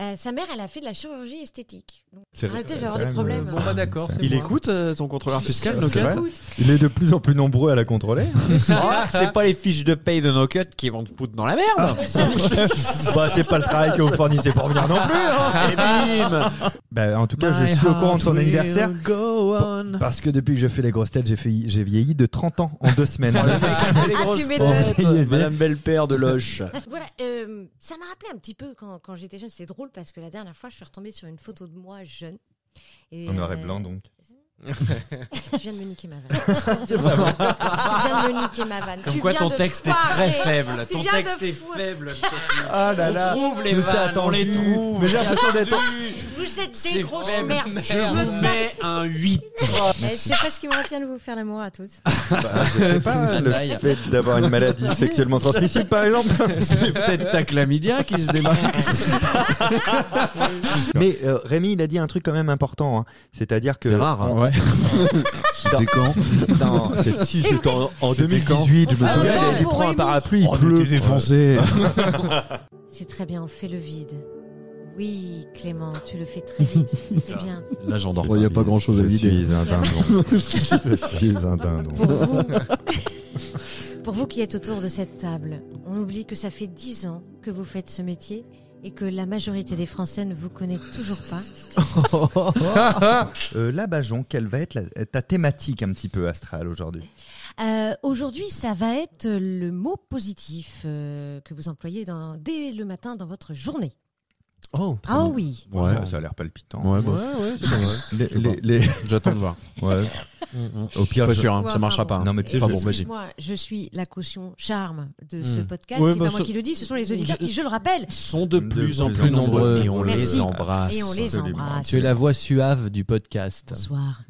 [SPEAKER 4] Euh, sa mère, elle a fait de la chirurgie esthétique. Donc, Arrêtez, je vais avoir
[SPEAKER 1] c'est
[SPEAKER 4] des
[SPEAKER 1] vrai, mais
[SPEAKER 4] problèmes.
[SPEAKER 2] Bon, bah d'accord. c'est
[SPEAKER 3] Il
[SPEAKER 2] moi.
[SPEAKER 3] écoute euh, ton contrôleur fiscal,
[SPEAKER 1] C'est
[SPEAKER 3] Nocut
[SPEAKER 1] vrai. Il est de plus en plus nombreux à la contrôler.
[SPEAKER 3] Ah, C'est pas les fiches de paye de Nocut qui vont te foutre dans la merde.
[SPEAKER 1] bah, c'est pas le travail que vous fournissez pour venir non plus.
[SPEAKER 3] Et bim
[SPEAKER 1] Bah, en tout cas, je suis au courant de son anniversaire. Parce que depuis que je fais les grosses têtes, j'ai fait- j'ai vieilli de 30 ans en deux semaines.
[SPEAKER 3] Ah,
[SPEAKER 4] grosses tu m'étonnes. têtes.
[SPEAKER 3] Madame Belle-Père de Loche.
[SPEAKER 4] Voilà, euh, ça m'a rappelé un petit peu quand, quand j'étais jeune. C'est drôle parce que la dernière fois, je suis retombée sur une photo de moi jeune. Et, euh,
[SPEAKER 1] donc.
[SPEAKER 4] Tu viens de me niquer ma vanne. tu viens de me niquer ma vanne.
[SPEAKER 3] Comme
[SPEAKER 4] Tu
[SPEAKER 3] quoi
[SPEAKER 4] viens
[SPEAKER 3] ton
[SPEAKER 4] de
[SPEAKER 3] texte est
[SPEAKER 4] foirer.
[SPEAKER 3] très faible.
[SPEAKER 4] Tu
[SPEAKER 3] Ton
[SPEAKER 4] viens
[SPEAKER 3] texte
[SPEAKER 4] de
[SPEAKER 3] est
[SPEAKER 4] fou-
[SPEAKER 3] faible.
[SPEAKER 1] Ah là
[SPEAKER 3] On
[SPEAKER 1] là.
[SPEAKER 3] trouve les
[SPEAKER 1] Mais c'est
[SPEAKER 3] vannes, on les
[SPEAKER 1] attendu.
[SPEAKER 3] trouve.
[SPEAKER 1] Mais j'ai l'impression
[SPEAKER 3] C'est
[SPEAKER 1] d'être-
[SPEAKER 3] attendu.
[SPEAKER 4] Vous êtes des
[SPEAKER 3] C'est
[SPEAKER 4] grosses
[SPEAKER 3] faible.
[SPEAKER 4] merdes.
[SPEAKER 3] Je
[SPEAKER 4] Je me
[SPEAKER 3] vous mets un 8.
[SPEAKER 4] Euh, Je sais pas ce qui me retient de vous faire l'amour à tous.
[SPEAKER 1] Je sais pas, le
[SPEAKER 3] Bataille.
[SPEAKER 1] fait d'avoir une maladie sexuellement transmissible, par exemple.
[SPEAKER 3] C'est peut-être ta chlamydia qui se démarque.
[SPEAKER 1] Mais euh, Rémi, il a dit un truc quand même important. hein. C'est-à-dire que. on-
[SPEAKER 3] Ouais.
[SPEAKER 1] C'était quand Non, hein. c'est- si, c'était en, en 2018, je me
[SPEAKER 4] Ah,
[SPEAKER 1] souviens,
[SPEAKER 4] non,
[SPEAKER 1] il, il
[SPEAKER 4] pour
[SPEAKER 1] prend un
[SPEAKER 4] Rémi.
[SPEAKER 3] Oh,
[SPEAKER 1] parapluie, il pleut.
[SPEAKER 3] défoncé.
[SPEAKER 4] C'est très bien, on fait le vide. Oui, Clément, tu le fais très vite. C'est bien.
[SPEAKER 3] Là, j'en dors.
[SPEAKER 1] Il n'y Oh, a pas grand chose à vider. Je suis un dindon. je suis un
[SPEAKER 4] Pour
[SPEAKER 1] dindon.
[SPEAKER 4] vous, pour vous qui êtes autour de cette table, on oublie que ça fait 10 ans que vous faites ce métier et que la majorité des Français ne vous connaît toujours pas.
[SPEAKER 1] Euh, là, Bajon, quelle va être la- ta thématique un petit peu astrale aujourd'hui
[SPEAKER 4] Euh, Aujourd'hui, ça va être le mot positif euh, que vous employez dans- dès le matin dans votre journée.
[SPEAKER 2] Oh.
[SPEAKER 4] Ah oui.
[SPEAKER 3] Ouais.
[SPEAKER 1] a l'air palpitant.
[SPEAKER 3] Ouais, bah,
[SPEAKER 2] Ouais, ouais, c'est pas mal.
[SPEAKER 1] Les-
[SPEAKER 3] Je sais
[SPEAKER 1] les- les-
[SPEAKER 3] J'attends de voir.
[SPEAKER 1] ouais. Au
[SPEAKER 3] Je suis
[SPEAKER 1] pire,
[SPEAKER 3] pas
[SPEAKER 1] je-
[SPEAKER 3] sûr, hein,
[SPEAKER 4] Ouais,
[SPEAKER 3] ça marchera
[SPEAKER 4] enfin,
[SPEAKER 3] pas. hein.
[SPEAKER 1] Non, mais tu sais,
[SPEAKER 3] Enfin,
[SPEAKER 1] je-
[SPEAKER 3] bon, vas-y.
[SPEAKER 4] Excuse-moi, je suis la caution charme de ce
[SPEAKER 2] Hmm.
[SPEAKER 4] podcast.
[SPEAKER 3] Ouais,
[SPEAKER 4] c'est
[SPEAKER 3] bah,
[SPEAKER 4] pas moi
[SPEAKER 3] ce-
[SPEAKER 4] qui le dis, ce sont les auditeurs
[SPEAKER 3] Je-
[SPEAKER 4] qui, je le rappelle,
[SPEAKER 3] sont de,
[SPEAKER 1] De
[SPEAKER 3] plus en plus nombreux et on
[SPEAKER 4] Merci.
[SPEAKER 3] les embrasse.
[SPEAKER 4] et on les
[SPEAKER 1] absolument.
[SPEAKER 4] embrasse.
[SPEAKER 2] Tu es la voix suave du podcast.
[SPEAKER 4] Bonsoir.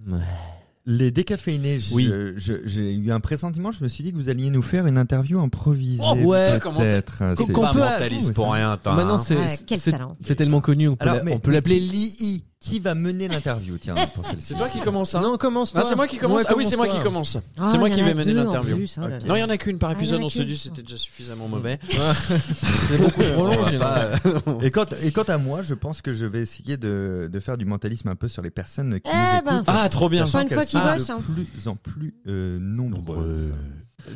[SPEAKER 1] les décaféinés, je-
[SPEAKER 3] Oui.
[SPEAKER 1] je- j'ai eu un pressentiment, je me suis dit que vous alliez nous faire une interview improvisée.
[SPEAKER 2] Oh ouais,
[SPEAKER 3] comment-
[SPEAKER 1] peut-être.
[SPEAKER 2] Qu'on-
[SPEAKER 1] C'est-
[SPEAKER 2] qu'on
[SPEAKER 3] Pas
[SPEAKER 2] peut-
[SPEAKER 3] mentaliste pour rien, t'as,
[SPEAKER 2] Maintenant,
[SPEAKER 3] hein.
[SPEAKER 2] c'est
[SPEAKER 4] Ah, quel
[SPEAKER 2] c'est-
[SPEAKER 4] talent.
[SPEAKER 2] c'est tellement connu, on peut
[SPEAKER 1] Alors,
[SPEAKER 2] la-
[SPEAKER 1] mais-
[SPEAKER 2] on peut l'appeler Lily.
[SPEAKER 1] Lili. Qui va mener l'interview Tiens, pour celle-ci.
[SPEAKER 3] C'est toi
[SPEAKER 4] Ah.
[SPEAKER 3] qui commence, hein
[SPEAKER 2] Non, commence toi.
[SPEAKER 3] Ah, c'est moi qui commence.
[SPEAKER 2] Ouais,
[SPEAKER 3] ah oui, c'est moi
[SPEAKER 2] commence-toi.
[SPEAKER 3] qui commence.
[SPEAKER 4] Oh,
[SPEAKER 3] c'est moi
[SPEAKER 4] il y
[SPEAKER 3] qui
[SPEAKER 4] en a
[SPEAKER 3] vais mener
[SPEAKER 4] deux en
[SPEAKER 3] l'interview.
[SPEAKER 4] plus, oh là là.
[SPEAKER 3] Non, il y en a qu'une par
[SPEAKER 4] Ah, il y en a
[SPEAKER 3] épisode. on se
[SPEAKER 4] qu'une.
[SPEAKER 3] dit c'était déjà suffisamment mauvais.
[SPEAKER 2] C'est beaucoup trop long.
[SPEAKER 3] On va
[SPEAKER 2] j'ai
[SPEAKER 3] pas-
[SPEAKER 2] l'impression.
[SPEAKER 1] Et quant, et quant à moi, je pense que je vais essayer de, de faire du mentalisme un peu sur les personnes qui
[SPEAKER 4] Eh
[SPEAKER 1] nous écoutent.
[SPEAKER 4] ben.
[SPEAKER 3] Ah, trop bien.
[SPEAKER 4] Enfin, une fois
[SPEAKER 1] qu'elles
[SPEAKER 4] qu'ils
[SPEAKER 1] sont
[SPEAKER 4] bossent, hein.
[SPEAKER 1] de plus en plus euh, nombreuses.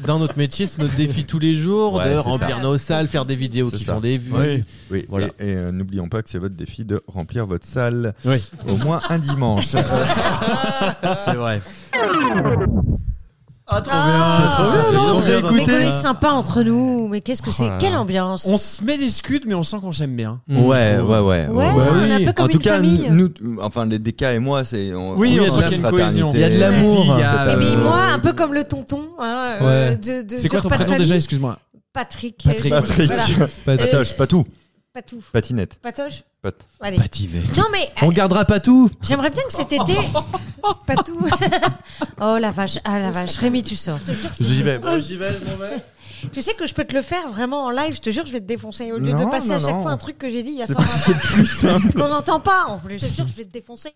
[SPEAKER 2] Dans notre métier, c'est notre défi tous les jours
[SPEAKER 1] Ouais,
[SPEAKER 2] de
[SPEAKER 1] c'est
[SPEAKER 2] remplir
[SPEAKER 4] ça.
[SPEAKER 2] nos salles, faire des vidéos
[SPEAKER 1] C'est
[SPEAKER 2] qui
[SPEAKER 1] ça.
[SPEAKER 2] font des vues.
[SPEAKER 1] Oui,
[SPEAKER 2] Voilà.
[SPEAKER 1] Et, et, euh, n'oublions pas que c'est votre défi de remplir votre salle
[SPEAKER 3] Oui.
[SPEAKER 1] au moins un dimanche.
[SPEAKER 3] C'est vrai.
[SPEAKER 4] Ah,
[SPEAKER 1] bien, trop bien,
[SPEAKER 4] Mais
[SPEAKER 1] écoutez.
[SPEAKER 4] qu'on est sympa entre nous, mais qu'est-ce que c'est
[SPEAKER 1] Oh là
[SPEAKER 4] Quelle
[SPEAKER 1] là.
[SPEAKER 4] ambiance
[SPEAKER 3] On se met des scuds, mais on sent qu'on s'aime bien.
[SPEAKER 2] Mm.
[SPEAKER 1] ouais, ouais, ouais,
[SPEAKER 4] Ouais, on est un
[SPEAKER 2] oui.
[SPEAKER 4] peu
[SPEAKER 1] Oh, bah en
[SPEAKER 4] comme une
[SPEAKER 1] tout cas,
[SPEAKER 4] famille.
[SPEAKER 1] nous, nous- enfin, les DK et moi, c'est.
[SPEAKER 3] Oui, on
[SPEAKER 1] est
[SPEAKER 3] sent
[SPEAKER 1] de la
[SPEAKER 3] qu'il y a une
[SPEAKER 1] fraternité.
[SPEAKER 3] cohésion.
[SPEAKER 2] Il y a de l'amour.
[SPEAKER 1] Et puis, il y a,
[SPEAKER 4] Et puis
[SPEAKER 1] euh,
[SPEAKER 4] moi, un peu comme le tonton. Hein, euh,
[SPEAKER 2] Ouais.
[SPEAKER 4] de, de,
[SPEAKER 3] C'est
[SPEAKER 4] de
[SPEAKER 3] quoi ton
[SPEAKER 4] repas de
[SPEAKER 3] prénom
[SPEAKER 4] famille.
[SPEAKER 3] déjà Excuse-moi.
[SPEAKER 4] Patrick.
[SPEAKER 3] Patrick.
[SPEAKER 4] euh,
[SPEAKER 1] Patrick.
[SPEAKER 4] voilà.
[SPEAKER 2] Pat-
[SPEAKER 1] Patoche, patou,
[SPEAKER 4] Pas tout.
[SPEAKER 1] patinette,
[SPEAKER 4] Patoche
[SPEAKER 1] pat.
[SPEAKER 4] Allez.
[SPEAKER 3] Patinet.
[SPEAKER 4] Non mais euh,
[SPEAKER 2] On gardera pas tout.
[SPEAKER 4] J'aimerais bien que cet été, pas tout. oh la vache, ah la vache, Rémi, tu sors.
[SPEAKER 1] J'y vais.
[SPEAKER 4] Tu sais que je peux te le faire vraiment en live. Je te jure, je vais te défoncer au lieu
[SPEAKER 1] Non,
[SPEAKER 4] de passer à
[SPEAKER 1] non,
[SPEAKER 4] chaque
[SPEAKER 1] non.
[SPEAKER 4] fois un truc que j'ai dit il y a 100
[SPEAKER 1] C'est c'est plus simple.
[SPEAKER 4] qu'on n'entend pas. En plus. Je te jure, je vais te défoncer.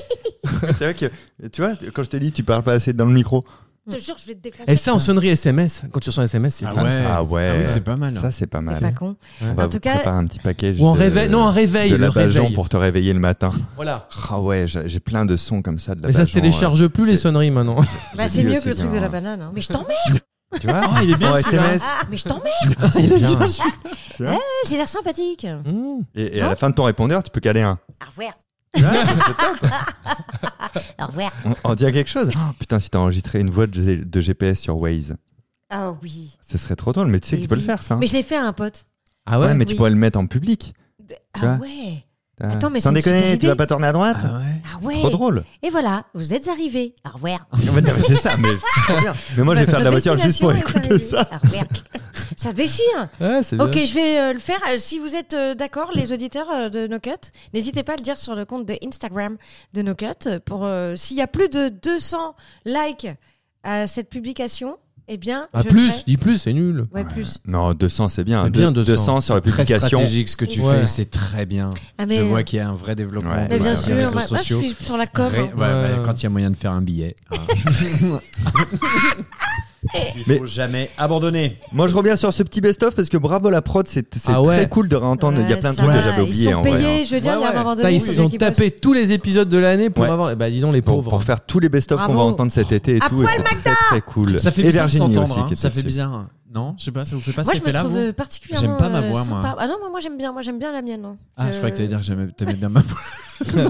[SPEAKER 1] C'est vrai que, tu vois, quand je te dis, tu parles pas assez dans le micro.
[SPEAKER 4] Je te jure, je vais te défoncer.
[SPEAKER 2] Et ça en sonnerie SMS. Quand tu reçois un SMS, c'est
[SPEAKER 3] Ah
[SPEAKER 2] bien.
[SPEAKER 3] ouais.
[SPEAKER 1] Ah ouais.
[SPEAKER 3] oui, c'est pas mal. hein.
[SPEAKER 1] Ça, c'est pas mal.
[SPEAKER 4] C'est pas con.
[SPEAKER 1] On
[SPEAKER 4] En
[SPEAKER 1] va
[SPEAKER 4] tout
[SPEAKER 1] vous
[SPEAKER 4] cas-
[SPEAKER 1] préparer un petit package.
[SPEAKER 2] Ou en
[SPEAKER 1] de-
[SPEAKER 2] réveil. Non, un réveil.
[SPEAKER 1] De
[SPEAKER 2] le
[SPEAKER 1] l'abajon
[SPEAKER 2] réveil.
[SPEAKER 1] pour te réveiller le matin.
[SPEAKER 2] Voilà.
[SPEAKER 1] Ah ouais, j'ai j'ai plein de sons comme ça de
[SPEAKER 2] Mais ça se
[SPEAKER 1] l'abajon,
[SPEAKER 2] télécharge plus les
[SPEAKER 1] j'ai-
[SPEAKER 2] sonneries maintenant.
[SPEAKER 1] euh,
[SPEAKER 4] Bah,
[SPEAKER 1] je
[SPEAKER 4] c'est
[SPEAKER 1] dis,
[SPEAKER 4] mieux
[SPEAKER 1] oh,
[SPEAKER 4] que le truc
[SPEAKER 1] bien.
[SPEAKER 4] de la banane. hein. Mais je t'emmerde. Ah,
[SPEAKER 1] Tu vois il est bien SMS.
[SPEAKER 4] Mais je t'emmerde.
[SPEAKER 2] C'est bien.
[SPEAKER 4] J'ai l'air sympathique.
[SPEAKER 2] Mm.
[SPEAKER 1] Et, et à la fin de ton répondeur, tu peux caler un.
[SPEAKER 4] Au revoir.
[SPEAKER 1] Tu vois, c'est top.
[SPEAKER 4] Au revoir.
[SPEAKER 1] On, on dirait quelque chose. Oh, putain, si t'as enregistré une voix de, G- de GPS sur Waze,
[SPEAKER 4] Ah oui.
[SPEAKER 1] ce serait trop drôle. Mais tu sais que
[SPEAKER 4] Et
[SPEAKER 1] tu peux le
[SPEAKER 4] oui.
[SPEAKER 1] faire, ça. hein.
[SPEAKER 4] Mais je l'ai fait à un pote.
[SPEAKER 2] Ah
[SPEAKER 1] ouais,
[SPEAKER 2] ouais.
[SPEAKER 1] mais tu
[SPEAKER 4] oui.
[SPEAKER 1] pourrais le mettre en public.
[SPEAKER 4] Ah
[SPEAKER 1] vois
[SPEAKER 4] ouais.
[SPEAKER 1] Euh,
[SPEAKER 4] Attends, mais
[SPEAKER 1] Sans
[SPEAKER 4] c'est une super
[SPEAKER 1] déconner, tu
[SPEAKER 4] idée.
[SPEAKER 1] vas pas tourner à droite
[SPEAKER 4] Ah
[SPEAKER 1] C'est
[SPEAKER 4] ouais.
[SPEAKER 1] Trop drôle.
[SPEAKER 4] Et voilà, vous êtes arrivés. Au revoir.
[SPEAKER 1] On va dire, mais c'est ça, mais c'est trop bien. Mais moi, je vais
[SPEAKER 4] Votre
[SPEAKER 1] faire de la voiture juste pour
[SPEAKER 4] destination est
[SPEAKER 1] écouter
[SPEAKER 4] arrivée.
[SPEAKER 1] ça.
[SPEAKER 4] Ah, merde. ça déchire.
[SPEAKER 2] Ouais, c'est
[SPEAKER 4] Ok,
[SPEAKER 2] bien.
[SPEAKER 4] je vais euh, le faire. Euh, si vous êtes euh, d'accord, les auditeurs euh, de No Cut, n'hésitez pas à le dire sur le compte de Instagram de No Cut. euh, Pour euh, s'il y a plus de 200 likes à cette publication, eh bien,
[SPEAKER 2] Ah
[SPEAKER 4] je
[SPEAKER 2] plus,
[SPEAKER 4] ferai-
[SPEAKER 2] dis plus, c'est nul.
[SPEAKER 4] Ouais, plus.
[SPEAKER 1] Non, 200, c'est bien.
[SPEAKER 2] Mais bien,
[SPEAKER 1] Deux-
[SPEAKER 2] 200
[SPEAKER 1] sur la
[SPEAKER 3] Très
[SPEAKER 1] publication.
[SPEAKER 3] stratégique ce que tu
[SPEAKER 2] Ouais.
[SPEAKER 3] fais, c'est très bien.
[SPEAKER 4] Ah, mais,
[SPEAKER 3] Je vois qu'il y a un vrai développement.
[SPEAKER 1] Ouais.
[SPEAKER 4] mais bien
[SPEAKER 1] ouais,
[SPEAKER 4] sûr,
[SPEAKER 3] les
[SPEAKER 4] moi,
[SPEAKER 3] réseaux
[SPEAKER 4] moi, je
[SPEAKER 3] sociaux.
[SPEAKER 4] suis sur la com.
[SPEAKER 3] Ré-
[SPEAKER 4] hein.
[SPEAKER 3] ouais, ouais,
[SPEAKER 2] Ouais.
[SPEAKER 3] quand il y a moyen de faire un billet. hein. Il faut
[SPEAKER 1] Mais-
[SPEAKER 3] jamais abandonner.
[SPEAKER 1] Moi, je reviens sur ce petit best-of parce que bravo la prod, c'est c'est
[SPEAKER 2] Ah ouais.
[SPEAKER 1] très cool de réentendre. Il y a
[SPEAKER 4] Ouais,
[SPEAKER 1] plein de
[SPEAKER 4] ça
[SPEAKER 1] trucs que
[SPEAKER 4] va,
[SPEAKER 1] j'avais oubliés
[SPEAKER 4] Ils sont
[SPEAKER 1] en
[SPEAKER 4] payés,
[SPEAKER 1] vrai. hein.
[SPEAKER 4] je veux dire,
[SPEAKER 3] Ouais,
[SPEAKER 4] il y a un
[SPEAKER 3] ouais.
[SPEAKER 4] moment
[SPEAKER 2] Putain,
[SPEAKER 4] donné.
[SPEAKER 2] ils
[SPEAKER 4] où
[SPEAKER 2] se
[SPEAKER 4] les
[SPEAKER 2] sont
[SPEAKER 4] mecs, ils bossent.
[SPEAKER 2] tapés tous les épisodes de l'année pour
[SPEAKER 1] Ouais.
[SPEAKER 2] avoir. Bah, dis donc, les
[SPEAKER 1] pour,
[SPEAKER 2] pauvres.
[SPEAKER 1] pour faire tous les best-of qu'on va
[SPEAKER 4] Bravo.
[SPEAKER 1] entendre cet été et
[SPEAKER 4] À
[SPEAKER 1] tout. et
[SPEAKER 4] poil,
[SPEAKER 1] c'est très, très cool.
[SPEAKER 3] Ça fait
[SPEAKER 1] et
[SPEAKER 3] bizarre de
[SPEAKER 1] Virginie
[SPEAKER 3] s'entendre.
[SPEAKER 1] aussi,
[SPEAKER 3] hein.
[SPEAKER 1] qui était
[SPEAKER 3] Ça fait
[SPEAKER 1] dessus.
[SPEAKER 3] bizarre. Non, je sais pas, ça vous Ah, fait pas
[SPEAKER 4] Moi,
[SPEAKER 3] cet
[SPEAKER 4] je me
[SPEAKER 3] effet-là,
[SPEAKER 4] trouve
[SPEAKER 3] vous
[SPEAKER 4] euh, particulièrement.
[SPEAKER 3] J'aime pas ma
[SPEAKER 4] euh,
[SPEAKER 3] voix, moi.
[SPEAKER 4] sympa. Ah non, moi, moi j'aime bien, moi j'aime bien la mienne. hein. non.
[SPEAKER 3] Ah, je croyais que t'allais dire que j'aimais- t'aimais bien ma voix.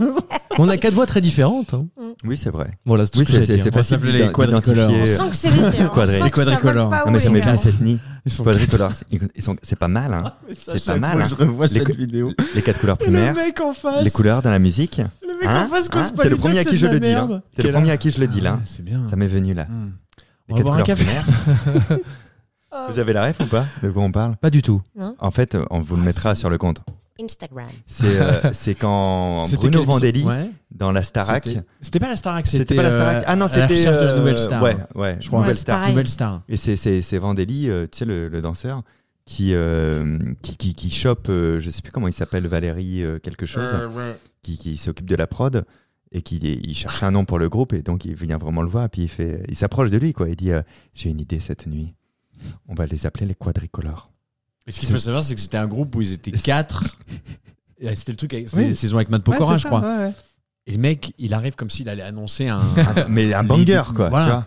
[SPEAKER 2] On a quatre voix très différentes. hein.
[SPEAKER 1] Oui, c'est vrai.
[SPEAKER 2] Voilà, c'est tout
[SPEAKER 1] Oui,
[SPEAKER 2] ce que
[SPEAKER 1] c'est
[SPEAKER 2] j'ai à
[SPEAKER 1] c'est-
[SPEAKER 2] dire.
[SPEAKER 1] c'est
[SPEAKER 3] On va
[SPEAKER 1] facile
[SPEAKER 3] s'appeler les
[SPEAKER 1] d'identifier,
[SPEAKER 3] quadricolores.
[SPEAKER 1] euh,
[SPEAKER 4] On sent que c'est l'été. hein. On
[SPEAKER 1] Quadri-
[SPEAKER 4] sent que ça vole
[SPEAKER 3] quadricolores.
[SPEAKER 4] pas
[SPEAKER 1] Non,
[SPEAKER 4] haut,
[SPEAKER 1] Ah, mais ça
[SPEAKER 4] les gars.
[SPEAKER 1] m'éclate cette nuit.
[SPEAKER 3] Ils sont
[SPEAKER 1] Quadricolores, ils- ils sont- c'est pas mal. hein. C'est pas mal. hein.
[SPEAKER 3] revois
[SPEAKER 1] Les cou-
[SPEAKER 3] vidéo.
[SPEAKER 1] Les quatre couleurs primaires,
[SPEAKER 3] mec en face.
[SPEAKER 1] les couleurs dans la musique.
[SPEAKER 3] Le
[SPEAKER 1] Hein Hein T'es le premier à qui je le dis. hein. T'es le premier à qui je le dis là.
[SPEAKER 3] Ah, C'est bien.
[SPEAKER 1] Ça m'est venu là.
[SPEAKER 3] Hmm.
[SPEAKER 1] Les
[SPEAKER 3] On va
[SPEAKER 1] quatre
[SPEAKER 3] boire un
[SPEAKER 1] couleurs
[SPEAKER 3] café.
[SPEAKER 1] primaires. Vous avez la ref ou pas De quoi on parle
[SPEAKER 2] Pas du tout.
[SPEAKER 1] En fait, on
[SPEAKER 3] Ah,
[SPEAKER 1] vous le mettra sur le compte.
[SPEAKER 4] Instagram.
[SPEAKER 1] C'est euh, c'est quand
[SPEAKER 3] C'était
[SPEAKER 1] Bruno
[SPEAKER 3] quelle émission
[SPEAKER 1] Vandelli,
[SPEAKER 3] Ouais.
[SPEAKER 1] dans la Starac,
[SPEAKER 3] C'était- C'était pas la Starac,
[SPEAKER 1] C'était pas la Starac.
[SPEAKER 3] euh,
[SPEAKER 1] Ah non,
[SPEAKER 3] à la
[SPEAKER 1] c'était
[SPEAKER 3] recherche de la
[SPEAKER 1] euh,
[SPEAKER 3] nouvelle star.
[SPEAKER 1] Ouais, ouais,
[SPEAKER 3] Je crois.
[SPEAKER 1] nouvelle
[SPEAKER 4] Ouais,
[SPEAKER 1] star.
[SPEAKER 4] pareil.
[SPEAKER 3] Nouvelle star.
[SPEAKER 1] Et c'est c'est c'est Vandelli, euh, tu sais le, le danseur qui, euh, qui qui qui chope, euh, je sais plus comment il s'appelle, Valérie euh, quelque chose, qui qui s'occupe de la prod et qui il cherche un nom pour le groupe et donc il vient vraiment le voir et puis il fait, il s'approche de lui quoi, il dit euh, j'ai une idée cette nuit, on va les appeler les quadricolores.
[SPEAKER 3] Et Ce qu'il faut savoir, c'est que c'était un groupe où ils étaient quatre. Et C'était le truc avec c'était
[SPEAKER 1] Oui.
[SPEAKER 3] la saison avec Matt Pokora, je crois. Et le mec, il arrive comme s'il allait annoncer un.
[SPEAKER 1] Mais un banger quoi,
[SPEAKER 3] Ah. Voilà.
[SPEAKER 1] tu vois.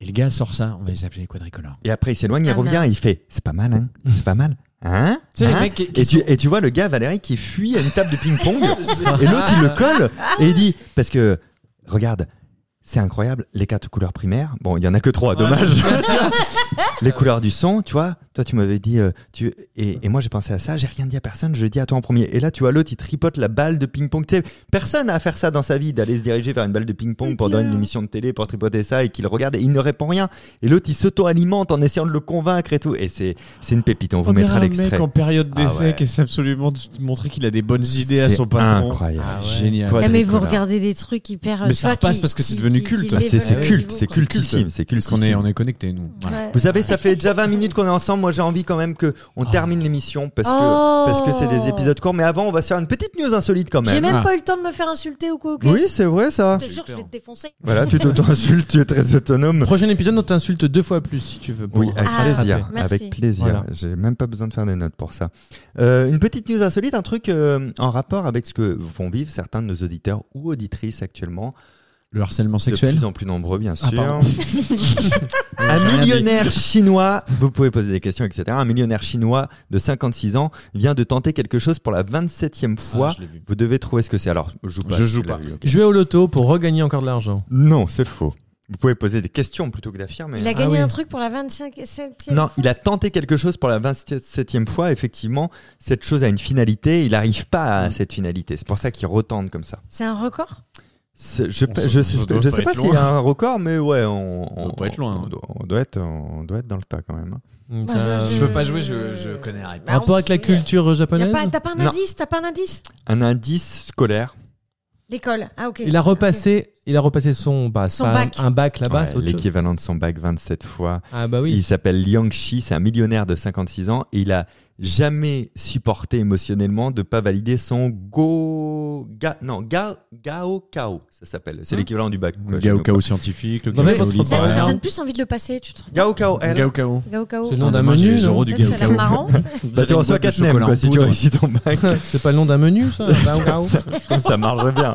[SPEAKER 3] Et le gars sort ça, on va les appeler les quadricolores.
[SPEAKER 1] Et après il s'éloigne, il
[SPEAKER 4] Ah,
[SPEAKER 1] revient,
[SPEAKER 4] mince.
[SPEAKER 1] et il fait, c'est pas mal hein, c'est pas mal, hein.
[SPEAKER 3] Tu sais, les
[SPEAKER 1] Hein
[SPEAKER 3] mecs qui- qui
[SPEAKER 1] Et tu,
[SPEAKER 3] sont-
[SPEAKER 1] et tu vois le gars Valérie qui fuit à une table de ping-pong et l'autre il le colle et il dit parce que regarde c'est incroyable les quatre couleurs primaires bon il y en a que trois dommage les couleurs du son, tu vois. Toi, tu m'avais dit, euh, tu et, et moi j'ai pensé à ça, j'ai rien dit à personne, je dis à toi en premier. Et là, tu vois l'autre, il tripote la balle de ping-pong. Tu sais, personne n'a à faire ça dans sa vie, d'aller se diriger vers une balle de ping-pong pendant une émission de télé pour tripoter ça et qu'il regarde et il ne répond rien. Et l'autre, il s'auto-alimente en essayant de le convaincre et tout. Et c'est c'est une pépite. On vous
[SPEAKER 3] On dirait
[SPEAKER 1] mettra
[SPEAKER 3] un mec
[SPEAKER 1] l'extrait.
[SPEAKER 3] en période
[SPEAKER 1] Ah
[SPEAKER 3] d'essai
[SPEAKER 1] ouais.
[SPEAKER 3] qui essaie absolument de montrer qu'il a des bonnes idées à
[SPEAKER 1] C'est
[SPEAKER 3] son patron.
[SPEAKER 1] incroyable.
[SPEAKER 3] Ah ouais.
[SPEAKER 1] C'est
[SPEAKER 3] Génial.
[SPEAKER 1] Quoi-
[SPEAKER 4] Ah, mais vous
[SPEAKER 1] Quadricolore.
[SPEAKER 4] regardez des trucs hyper. euh,
[SPEAKER 3] Mais
[SPEAKER 4] tu
[SPEAKER 3] ça
[SPEAKER 4] vois,
[SPEAKER 3] repasse
[SPEAKER 4] qui-
[SPEAKER 3] parce que c'est
[SPEAKER 4] qui-
[SPEAKER 3] devenu
[SPEAKER 4] qui-
[SPEAKER 3] culte.
[SPEAKER 4] qui
[SPEAKER 3] Ah,
[SPEAKER 1] Bah, C'est c'est
[SPEAKER 4] lèvent le
[SPEAKER 1] culte,
[SPEAKER 4] niveau,
[SPEAKER 1] c'est
[SPEAKER 4] quoi.
[SPEAKER 1] cultissime, c'est
[SPEAKER 3] Parce qu'on
[SPEAKER 1] cultissime.
[SPEAKER 3] est, on est connectés, nous. Voilà.
[SPEAKER 4] Ouais.
[SPEAKER 1] Vous savez, ça fait déjà 20 minutes qu'on est ensemble. Moi, j'ai envie quand même que on termine l'émission parce que
[SPEAKER 4] Oh.
[SPEAKER 1] parce que c'est des épisodes courts. Mais avant, on va se faire une petite news insolite quand
[SPEAKER 4] J'ai
[SPEAKER 1] même. Ah.
[SPEAKER 4] même
[SPEAKER 3] Ah.
[SPEAKER 4] pas eu le temps de me faire insulter ou quoi. ok
[SPEAKER 1] Oui, c'est vrai ça.
[SPEAKER 4] Je te jure, je vais te défoncer.
[SPEAKER 1] Voilà, tu t'auto-insultes, tu es très autonome.
[SPEAKER 2] Prochain épisode, on t'insulte deux fois plus si tu veux. pour
[SPEAKER 1] Oui, avec
[SPEAKER 4] Ah,
[SPEAKER 1] plaisir.
[SPEAKER 4] merci.
[SPEAKER 1] Avec plaisir.
[SPEAKER 2] Voilà.
[SPEAKER 1] J'ai même pas besoin de faire des notes pour ça. Euh, une petite news insolite, un truc euh, en rapport avec ce que vont vivre certains de nos auditeurs ou auditrices actuellement.
[SPEAKER 3] Le harcèlement
[SPEAKER 1] De
[SPEAKER 3] sexuel.
[SPEAKER 1] plus en plus nombreux, bien
[SPEAKER 3] Ah,
[SPEAKER 1] sûr.
[SPEAKER 3] pardon.
[SPEAKER 1] Un
[SPEAKER 3] rien dit.
[SPEAKER 1] millionnaire chinois, vous pouvez poser des questions, etc. Un millionnaire chinois de 56 ans vient de tenter quelque chose pour la 27e fois. vous devez trouver ce que c'est. Alors, Ah, je joue pas.
[SPEAKER 3] Je
[SPEAKER 1] si
[SPEAKER 3] joue
[SPEAKER 1] tu l'as
[SPEAKER 3] pas.
[SPEAKER 1] vu, ok.
[SPEAKER 2] Jouer au loto pour regagner encore de l'argent.
[SPEAKER 1] Non, c'est faux. Vous pouvez poser des questions plutôt que d'affirmer. hein.
[SPEAKER 4] Il a
[SPEAKER 2] Ah
[SPEAKER 4] gagné
[SPEAKER 2] oui.
[SPEAKER 4] un truc pour la 25e.
[SPEAKER 1] Non, il a tenté quelque chose pour la 27e fois. Effectivement, cette chose a une finalité. Il n'arrive pas à cette finalité. C'est pour ça qu'il retente comme ça.
[SPEAKER 4] C'est un record
[SPEAKER 1] C'est- Je
[SPEAKER 3] On se-
[SPEAKER 1] je,
[SPEAKER 3] on
[SPEAKER 1] sais-
[SPEAKER 3] se doit
[SPEAKER 1] je
[SPEAKER 3] pas
[SPEAKER 1] sais
[SPEAKER 3] être
[SPEAKER 1] pas s'il y a un record, mais ouais, on,
[SPEAKER 3] On doit pas être loin,
[SPEAKER 1] On
[SPEAKER 3] hein.
[SPEAKER 1] doit, on doit être, on doit être dans le tas quand même. hein.
[SPEAKER 2] Donc,
[SPEAKER 4] Moi, je-
[SPEAKER 2] euh,
[SPEAKER 3] Je peux pas jouer, je, je connais rien.
[SPEAKER 4] Bah, on
[SPEAKER 2] Rapport avec la
[SPEAKER 4] s-
[SPEAKER 2] culture
[SPEAKER 4] y a
[SPEAKER 2] japonaise
[SPEAKER 4] pas- T'as pas un
[SPEAKER 1] Non.
[SPEAKER 4] indice T'as pas un indice
[SPEAKER 1] Un indice scolaire.
[SPEAKER 4] L'école. Ah, ok.
[SPEAKER 2] Il a
[SPEAKER 4] Ok.
[SPEAKER 2] repassé, il a repassé son, bah, c'est
[SPEAKER 4] Son
[SPEAKER 2] pas un-
[SPEAKER 4] bac.
[SPEAKER 2] un bac là-bas,
[SPEAKER 1] Ouais,
[SPEAKER 2] bah, c'est autre chose.
[SPEAKER 1] L'équivalent de son bac 27 fois.
[SPEAKER 2] Ah bah oui.
[SPEAKER 1] Il s'appelle Liang Shi, c'est un millionnaire de 56 ans et il a jamais supporté émotionnellement de pas valider son go ga non ga gao kao ça s'appelle c'est
[SPEAKER 3] Hein
[SPEAKER 1] l'équivalent du bac quoi,
[SPEAKER 3] Le
[SPEAKER 1] chez
[SPEAKER 3] gars au
[SPEAKER 1] nous.
[SPEAKER 3] chaos scientifique, le
[SPEAKER 2] Non,
[SPEAKER 3] gars
[SPEAKER 2] mais
[SPEAKER 3] au
[SPEAKER 2] votre-
[SPEAKER 4] Ça, ça
[SPEAKER 2] Ouais.
[SPEAKER 4] donne plus envie de le passer, tu trouves
[SPEAKER 1] gao kao
[SPEAKER 3] Le
[SPEAKER 1] l
[SPEAKER 3] gars au chaos.
[SPEAKER 4] Gao Kao.
[SPEAKER 2] C'est le nom d'un
[SPEAKER 3] Moi, j'ai
[SPEAKER 2] menu.
[SPEAKER 3] les
[SPEAKER 2] non
[SPEAKER 3] euros du
[SPEAKER 4] Ça,
[SPEAKER 3] gars au
[SPEAKER 4] ça a l'air
[SPEAKER 3] chaos.
[SPEAKER 4] marrant.
[SPEAKER 1] bah, tu
[SPEAKER 3] une
[SPEAKER 1] reçois
[SPEAKER 3] boîte de
[SPEAKER 1] 4 nems
[SPEAKER 3] chocolat
[SPEAKER 1] quoi
[SPEAKER 3] en
[SPEAKER 1] si tu
[SPEAKER 3] poudre.
[SPEAKER 1] réussis ton bac
[SPEAKER 2] C'est pas le nom d'un menu ça. Bao Gao.
[SPEAKER 1] ça marche bien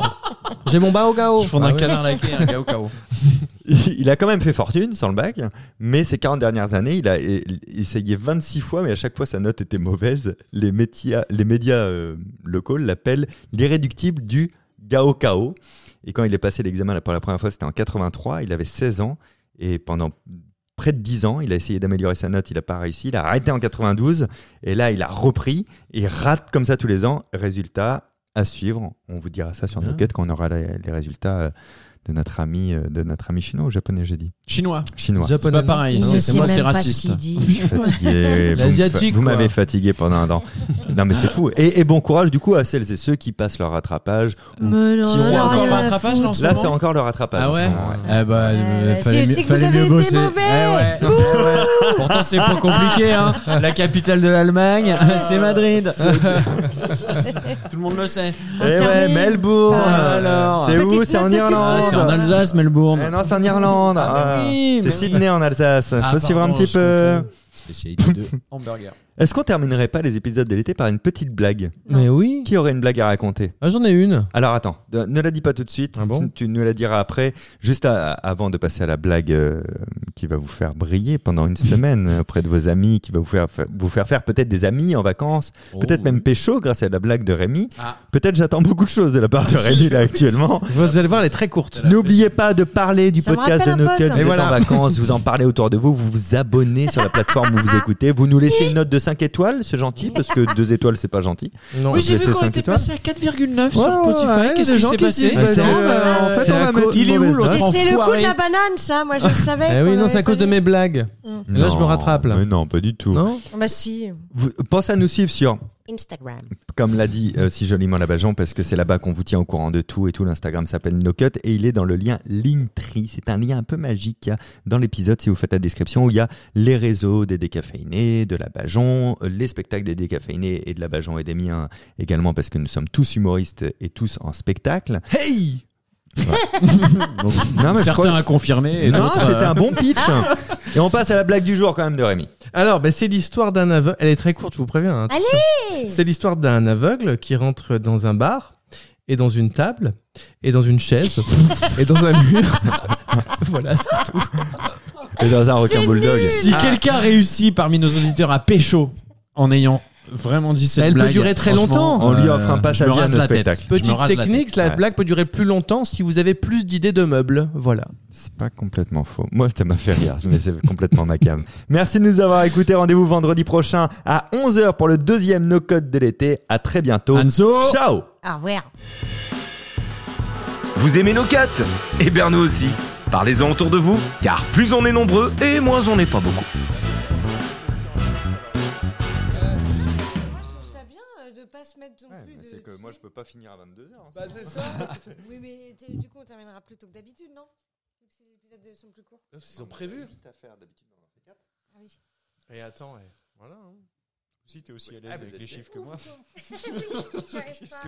[SPEAKER 2] J'ai mon Bao Gao.
[SPEAKER 3] Je fonde
[SPEAKER 2] Ah
[SPEAKER 3] un
[SPEAKER 2] ouais.
[SPEAKER 3] canard laqué, un gars au chaos.
[SPEAKER 1] il a quand même fait fortune sans le bac mais ces 40 dernières années il a e- essayé 26 fois mais à chaque fois sa note était mauvaise les métiers les médias euh, locaux l'appellent l'irréductible du gao kao et quand il est passé l'examen là, pour la première fois c'était en 83 il avait 16 ans et pendant près de 10 ans il a essayé d'améliorer sa note il n'a pas réussi il a arrêté en 92 et là il a repris et rate comme ça tous les ans résultat à suivre on vous dira ça sur
[SPEAKER 3] Bien.
[SPEAKER 1] Noquette quand on aura les, les résultats euh, de notre ami euh, de notre ami chinois ou japonais j'ai dit
[SPEAKER 3] Chinois.
[SPEAKER 1] chinois
[SPEAKER 3] C'est
[SPEAKER 2] Japonais.
[SPEAKER 3] pas pareil.
[SPEAKER 4] Il
[SPEAKER 3] Non,
[SPEAKER 4] ne
[SPEAKER 3] c'est
[SPEAKER 4] sait
[SPEAKER 3] moi, c'est
[SPEAKER 4] même pas
[SPEAKER 3] raciste.
[SPEAKER 4] s'il dit.
[SPEAKER 1] je suis fatigué. Vous me
[SPEAKER 2] L'asiatique,
[SPEAKER 1] fa- Vous
[SPEAKER 2] quoi.
[SPEAKER 1] m'avez fatigué pendant un an. Non, mais c'est fou. Et, et bon courage, du coup, à celles et ceux qui passent leur rattrapage.
[SPEAKER 4] Mais non,
[SPEAKER 3] Qui
[SPEAKER 4] non,
[SPEAKER 3] sont
[SPEAKER 4] non,
[SPEAKER 3] encore
[SPEAKER 4] rien à
[SPEAKER 3] rattrapage,
[SPEAKER 4] foutre.
[SPEAKER 3] non, ce
[SPEAKER 1] Là,
[SPEAKER 3] moment
[SPEAKER 1] c'est encore le rattrapage.
[SPEAKER 3] Ah
[SPEAKER 1] en ce
[SPEAKER 3] ouais
[SPEAKER 1] moment,
[SPEAKER 3] Eh bah,
[SPEAKER 4] Ouais,
[SPEAKER 3] euh, fallait
[SPEAKER 4] bah, c'est-
[SPEAKER 3] mieux-
[SPEAKER 4] c'est que
[SPEAKER 3] fallait
[SPEAKER 4] vous avez
[SPEAKER 3] mieux
[SPEAKER 4] été
[SPEAKER 3] bosser.
[SPEAKER 4] mauvais.
[SPEAKER 3] Eh ouais. Eh ouais. Pourtant, c'est pas compliqué.
[SPEAKER 1] Ah.
[SPEAKER 3] Hein. La capitale de l'Allemagne, c'est Madrid. Tout le monde le sait.
[SPEAKER 1] Eh ouais,
[SPEAKER 4] termine
[SPEAKER 1] Melbourne.
[SPEAKER 3] par- Ah, Alors.
[SPEAKER 1] c'est où
[SPEAKER 4] Petite
[SPEAKER 1] C'est en
[SPEAKER 4] note de
[SPEAKER 1] Irlande.
[SPEAKER 4] culture.
[SPEAKER 3] Ah, C'est en Alsace, Melbourne.
[SPEAKER 1] Eh non, c'est en Irlande.
[SPEAKER 3] Ah, mais
[SPEAKER 1] Ah.
[SPEAKER 3] oui,
[SPEAKER 1] c'est
[SPEAKER 3] mais-
[SPEAKER 1] Sydney en Alsace.
[SPEAKER 3] Ah,
[SPEAKER 1] Faut suivre un
[SPEAKER 3] pardon,
[SPEAKER 1] petit
[SPEAKER 3] je
[SPEAKER 1] peu.
[SPEAKER 3] confonds. Spécialité de hamburger.
[SPEAKER 1] Est-ce qu'on terminerait pas les épisodes de l'été par une petite blague
[SPEAKER 2] Mais oui.
[SPEAKER 1] Qui aurait une blague à raconter
[SPEAKER 2] Ah, j'en ai une.
[SPEAKER 1] Alors attends, de- ne la dis pas tout de suite.
[SPEAKER 2] Ah bon
[SPEAKER 1] tu, tu nous la diras après, juste à- avant de passer à la blague euh, qui va vous faire briller pendant une semaine euh, auprès de vos amis, qui va vous faire fa- vous faire faire peut-être des amis en vacances,
[SPEAKER 2] Oh,
[SPEAKER 1] peut-être même pécho grâce à la blague de Rémi.
[SPEAKER 3] Ah.
[SPEAKER 1] Peut-être j'attends beaucoup de choses de la part de Rémi là actuellement.
[SPEAKER 2] Vous allez voir, elle est très courte.
[SPEAKER 1] N'oubliez pas de parler du
[SPEAKER 4] Ça me
[SPEAKER 1] podcast de
[SPEAKER 4] rappelle un
[SPEAKER 1] nos
[SPEAKER 4] pote.
[SPEAKER 1] cuts.
[SPEAKER 4] Et
[SPEAKER 1] Vous êtes
[SPEAKER 2] voilà.
[SPEAKER 1] en vacances, vous en parlez autour de vous, vous vous abonnez sur la plateforme où vous écoutez, vous nous laissez une note de 5 étoiles, c'est gentil, parce que 2 étoiles c'est pas gentil.
[SPEAKER 2] Non.
[SPEAKER 1] Oui, j'ai vu qu'on était passé
[SPEAKER 3] à 4,9
[SPEAKER 1] Ouais, ouais, ouais, des gens qui disent,
[SPEAKER 2] Ah,
[SPEAKER 1] bah,
[SPEAKER 2] c'est
[SPEAKER 1] non,
[SPEAKER 2] vrai.
[SPEAKER 1] bah, en
[SPEAKER 2] Euh,
[SPEAKER 1] fait,
[SPEAKER 2] c'est
[SPEAKER 1] on
[SPEAKER 2] à
[SPEAKER 1] va
[SPEAKER 2] cause-
[SPEAKER 1] mettre une
[SPEAKER 3] il est où,
[SPEAKER 1] mauvaise
[SPEAKER 3] l'autre
[SPEAKER 1] note.
[SPEAKER 4] Mais c'est le coup de
[SPEAKER 3] Enfoiré.
[SPEAKER 4] la banane, ça. Moi, je le savais.
[SPEAKER 2] Eh oui, non,
[SPEAKER 4] qu'on
[SPEAKER 2] c'est
[SPEAKER 4] l'avait
[SPEAKER 2] à cause
[SPEAKER 4] pas
[SPEAKER 2] de
[SPEAKER 4] dit.
[SPEAKER 2] mes blagues. Et là, je me rattrape, là.
[SPEAKER 1] Mais non, pas du tout.
[SPEAKER 2] Non
[SPEAKER 4] Bah, si.
[SPEAKER 1] Vous- pensez à nous suivre sur,
[SPEAKER 4] Instagram.
[SPEAKER 1] comme l'a dit euh, si joliment la Bajon, parce que c'est là-bas qu'on vous tient au courant de tout et tout. L'Instagram s'appelle NoCut et il est dans le lien Linktree. C'est un lien un peu magique qu'il y a dans l'épisode si vous faites la description où il y a les réseaux des décaféinés, de la Bajon, euh, les spectacles des décaféinés et de la Bajon et des miens également, parce que nous sommes tous humoristes et tous en spectacle.
[SPEAKER 3] Hey
[SPEAKER 1] Non, mais je
[SPEAKER 3] Certains
[SPEAKER 1] crois-
[SPEAKER 3] à confirmer. et
[SPEAKER 1] Non,
[SPEAKER 3] d'autres,
[SPEAKER 1] c'était
[SPEAKER 3] euh,
[SPEAKER 1] un bon pitch. Et on passe à la blague du jour quand même de Rémi.
[SPEAKER 2] Alors, ben, c'est l'histoire d'un aveugle. Elle est très courte, je vous préviens. hein, attention. C'est l'histoire d'un aveugle qui rentre dans un bar et dans une table et dans une chaise et dans un mur. voilà,
[SPEAKER 3] Ah,
[SPEAKER 2] c'est tout.
[SPEAKER 1] Et dans un Ah. requin bulldog.
[SPEAKER 3] Si quelqu'un réussit parmi nos auditeurs à pécho en ayant vraiment dit cette
[SPEAKER 2] Elle peut
[SPEAKER 3] blague,
[SPEAKER 2] durer très
[SPEAKER 3] franchement,
[SPEAKER 2] longtemps.
[SPEAKER 3] euh,
[SPEAKER 1] On lui offre un pass
[SPEAKER 3] je
[SPEAKER 1] à
[SPEAKER 3] me
[SPEAKER 1] Vienne
[SPEAKER 3] rase
[SPEAKER 1] au
[SPEAKER 3] la tête.
[SPEAKER 1] spectacle.
[SPEAKER 3] Je me
[SPEAKER 2] Petite
[SPEAKER 3] rase la tête.
[SPEAKER 2] technique, la,
[SPEAKER 1] Ouais.
[SPEAKER 2] blague peut durer plus longtemps si vous avez plus d'idées de meubles. Voilà.
[SPEAKER 1] C'est pas complètement faux. Moi, ça m'a fait rire, mais c'est complètement ma cam. Merci de nous avoir écoutés. Rendez-vous vendredi prochain à 11h pour le deuxième No Code de l'été. À très bientôt.
[SPEAKER 3] Anso
[SPEAKER 1] Ciao
[SPEAKER 4] Au revoir.
[SPEAKER 5] Vous aimez nos quatre Eh bien nous aussi. Parlez-en autour de vous, car plus on est nombreux et moins on n'est pas beaucoup.
[SPEAKER 4] Moi, je trouve ça bien euh, de pas se mettre non plus.
[SPEAKER 1] je peux pas finir à hein. 22h.
[SPEAKER 4] Oui, mais t- du coup, on terminera plus tôt que d'habitude, non Vu que les épisodes euh, sont plus courts.
[SPEAKER 2] Ils ont prévu.
[SPEAKER 4] Ah oui.
[SPEAKER 2] Et attends, voilà.
[SPEAKER 3] hein. Si t'es aussi à
[SPEAKER 2] Ah,
[SPEAKER 1] l'aise avec les
[SPEAKER 3] chiffres
[SPEAKER 4] J'arrive pas.